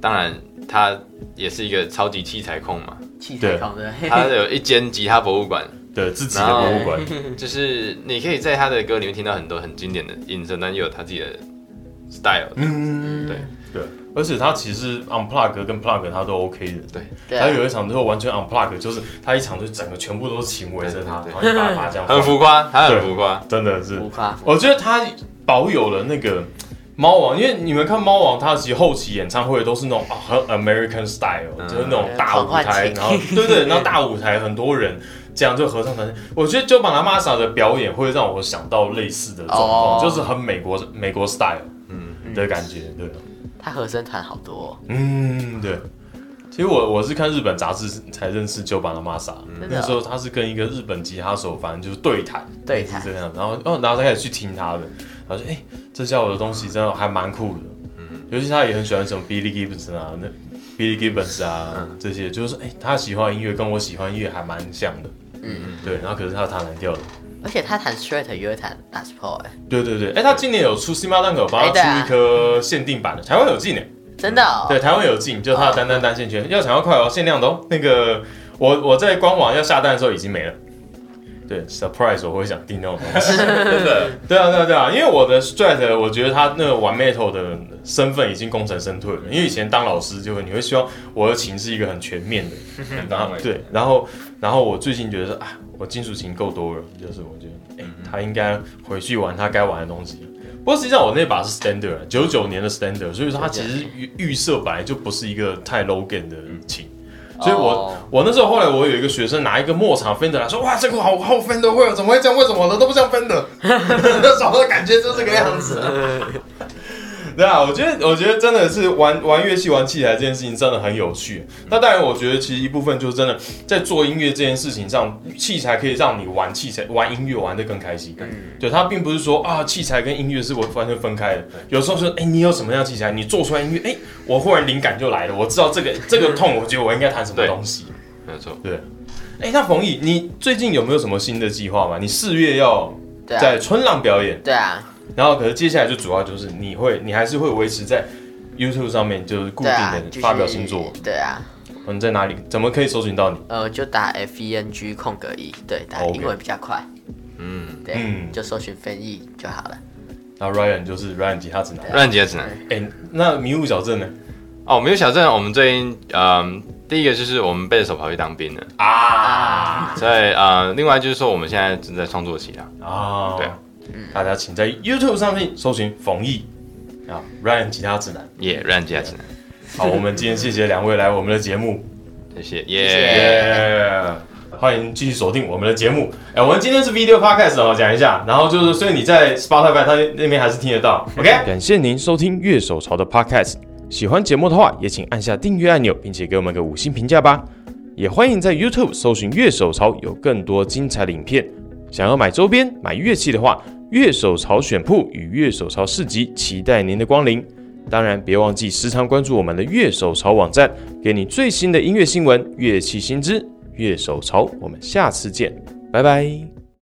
[SPEAKER 3] 当然他也是一个超级器材控 嘛，
[SPEAKER 4] 气太空的，
[SPEAKER 3] 他有一间吉他博物馆，
[SPEAKER 2] 对自己的博物馆，
[SPEAKER 3] 就是你可以在他的歌里面听到很多很经典的音色，但又有他自己的 style。
[SPEAKER 2] 嗯
[SPEAKER 3] 对
[SPEAKER 2] 对，而且他其实 unplug 跟 plug 他都 OK 的。
[SPEAKER 4] 对
[SPEAKER 2] 他
[SPEAKER 4] 啊，
[SPEAKER 2] 有一场最后完全 unplug，就是他一场就整个全部都是琴围着他，
[SPEAKER 3] 对
[SPEAKER 2] 然
[SPEAKER 3] 对
[SPEAKER 2] 后一把把这样放，
[SPEAKER 3] 很浮夸， 他很浮夸，
[SPEAKER 2] 真的是
[SPEAKER 4] 浮夸，
[SPEAKER 2] 我觉得他保有了那个猫王，因为你们看猫王，他其实后期演唱会都是那种啊很 American style，、
[SPEAKER 3] 嗯
[SPEAKER 2] 就是那种大舞台，
[SPEAKER 4] 狂欢节
[SPEAKER 2] 然后对对，然后大舞台很多人。这样就合唱团，我觉得就把拉玛莎的表演会让我想到类似的状况
[SPEAKER 4] 哦
[SPEAKER 2] 就是很美国美国 style
[SPEAKER 3] 嗯，
[SPEAKER 2] 的感觉，对，
[SPEAKER 4] 他和声团好多
[SPEAKER 2] 嗯，对。其实我我是看日本杂志才认识就把拉玛莎，
[SPEAKER 3] 嗯
[SPEAKER 4] 真的
[SPEAKER 2] 那
[SPEAKER 4] 哦
[SPEAKER 2] 时候他是跟一个日本吉他手，反正就是对谈，
[SPEAKER 4] 对
[SPEAKER 2] 嗯是
[SPEAKER 4] 谈
[SPEAKER 2] 这样，然后哦，然后他开始去听他的，然后就哎、这家伙的东西真的还蛮酷的，尤其他也很喜欢什么 Billy Gibbons 啊，那 Billy Gibbons 啊、这些，就是哎、他喜欢的音乐跟我喜欢的音乐还蛮像的，嗯，对，然后可是他弹蓝调的，
[SPEAKER 4] 而且他弹 straight 也会弹 l a s p o 哎，
[SPEAKER 2] 对对对，哎、他今年有出 c i m a l a n g 有帮
[SPEAKER 4] 哎对
[SPEAKER 2] 他
[SPEAKER 4] 啊
[SPEAKER 2] 出一颗限定版的，台湾有进呢、
[SPEAKER 4] 真的哦，
[SPEAKER 2] 对，台湾有进，就是它的单单单线圈，要抢要快哦，限量的哦。那个我我在官网要下单的时候已经没了。对，surprise 我会想订那种东西，真的。对啊，对啊，对啊，因为我的 strat，我觉得他那个玩 metal 的身份已经功成身退了。因为以前当老师就会，你会希望我的琴是一个很全面的，然后对，然后然后我最近觉得说啊，我金属琴够多了，就是我觉得，哎、他应该回去玩他该玩的东西。不过实际上我那把是 standard，九啊九年的 standard，所以说它其实预预设本来就不是一个太 low gain 的琴。
[SPEAKER 3] 嗯
[SPEAKER 2] 所以我、
[SPEAKER 4] 哦
[SPEAKER 2] 我那时候后来我有一个学生拿一个末场 Fender 来说，哇，这个好好 Fender 味哦，怎么会这样？为什么我的都不像 Fender？那时候的感觉就是这个样子。啊对啊，我觉得我觉得真的是玩玩乐器、玩器材这件事情真的很有趣。那当然，我觉得其实一部分就是真的在做音乐这件事情上，器材可以让你玩器材、玩音乐玩得更开心。对，它并不是说啊，器材跟音乐是完完全分开的。有时候说，哎、你有什么样的器材，你做出来音乐，哎、我忽然灵感就来了，我知道这个这个痛，我觉得我应该弹什么
[SPEAKER 3] 对
[SPEAKER 2] 东西。
[SPEAKER 3] 没有错。
[SPEAKER 2] 哎、那冯毅，你最近有没有什么新的计划吗？你四月要
[SPEAKER 4] 对
[SPEAKER 2] 在
[SPEAKER 4] 啊，
[SPEAKER 2] 春浪表演，
[SPEAKER 4] 对啊，
[SPEAKER 2] 然后可是接下来就主要就是你会，你还是会维持在 YouTube 上面就是固
[SPEAKER 4] 对
[SPEAKER 2] 定
[SPEAKER 4] 啊
[SPEAKER 2] 的，
[SPEAKER 4] 就是
[SPEAKER 2] 发表新作。，
[SPEAKER 4] 对啊，
[SPEAKER 2] 嗯、你在哪里？怎么可以搜寻到你？
[SPEAKER 4] 呃，就打 F E N G 空格一，对，打
[SPEAKER 2] 哦 OK
[SPEAKER 4] 英文比较快，
[SPEAKER 3] 嗯，
[SPEAKER 4] 对
[SPEAKER 2] 嗯，
[SPEAKER 4] 就搜寻翻译就好了。
[SPEAKER 2] 然后 Ryan 就是 Ryan 吉他指南。
[SPEAKER 3] 乱解指南。
[SPEAKER 2] 哎、那迷雾小镇呢？
[SPEAKER 3] 哦，没有小镇，我们最近嗯、第一个就是我们背着手跑去当兵了，
[SPEAKER 2] 啊
[SPEAKER 3] 所以呃，另外就是说我们现在正在创作期啦。
[SPEAKER 2] 啊，
[SPEAKER 3] 对，
[SPEAKER 2] 大家请在 YouTube 上面搜寻冯毅啊，Ryan 吉他指南。
[SPEAKER 3] 耶、yeah,，让家指南，
[SPEAKER 2] 好，我们今天谢谢两位来我们的节目，
[SPEAKER 3] 谢谢
[SPEAKER 4] 谢
[SPEAKER 3] 耶。
[SPEAKER 4] 谢
[SPEAKER 2] 耶！欢迎继续锁定我们的节目。哎、我们今天是 video podcast 哦，讲一下，然后就是，所以你在 Spotify 它那边还是听得到。OK，感谢您收听乐手潮的 podcast。喜欢节目的话，也请按下订阅按钮，并且给我们个五星评价吧。也欢迎在 YouTube 搜寻乐手潮，有更多精彩的影片。想要买周边、买乐器的话，乐手潮选铺与乐手潮市集期待您的光临。当然，别忘记时常关注我们的乐手潮网站，给你最新的音乐新闻、乐器新知。乐手潮，我们下次见，拜拜。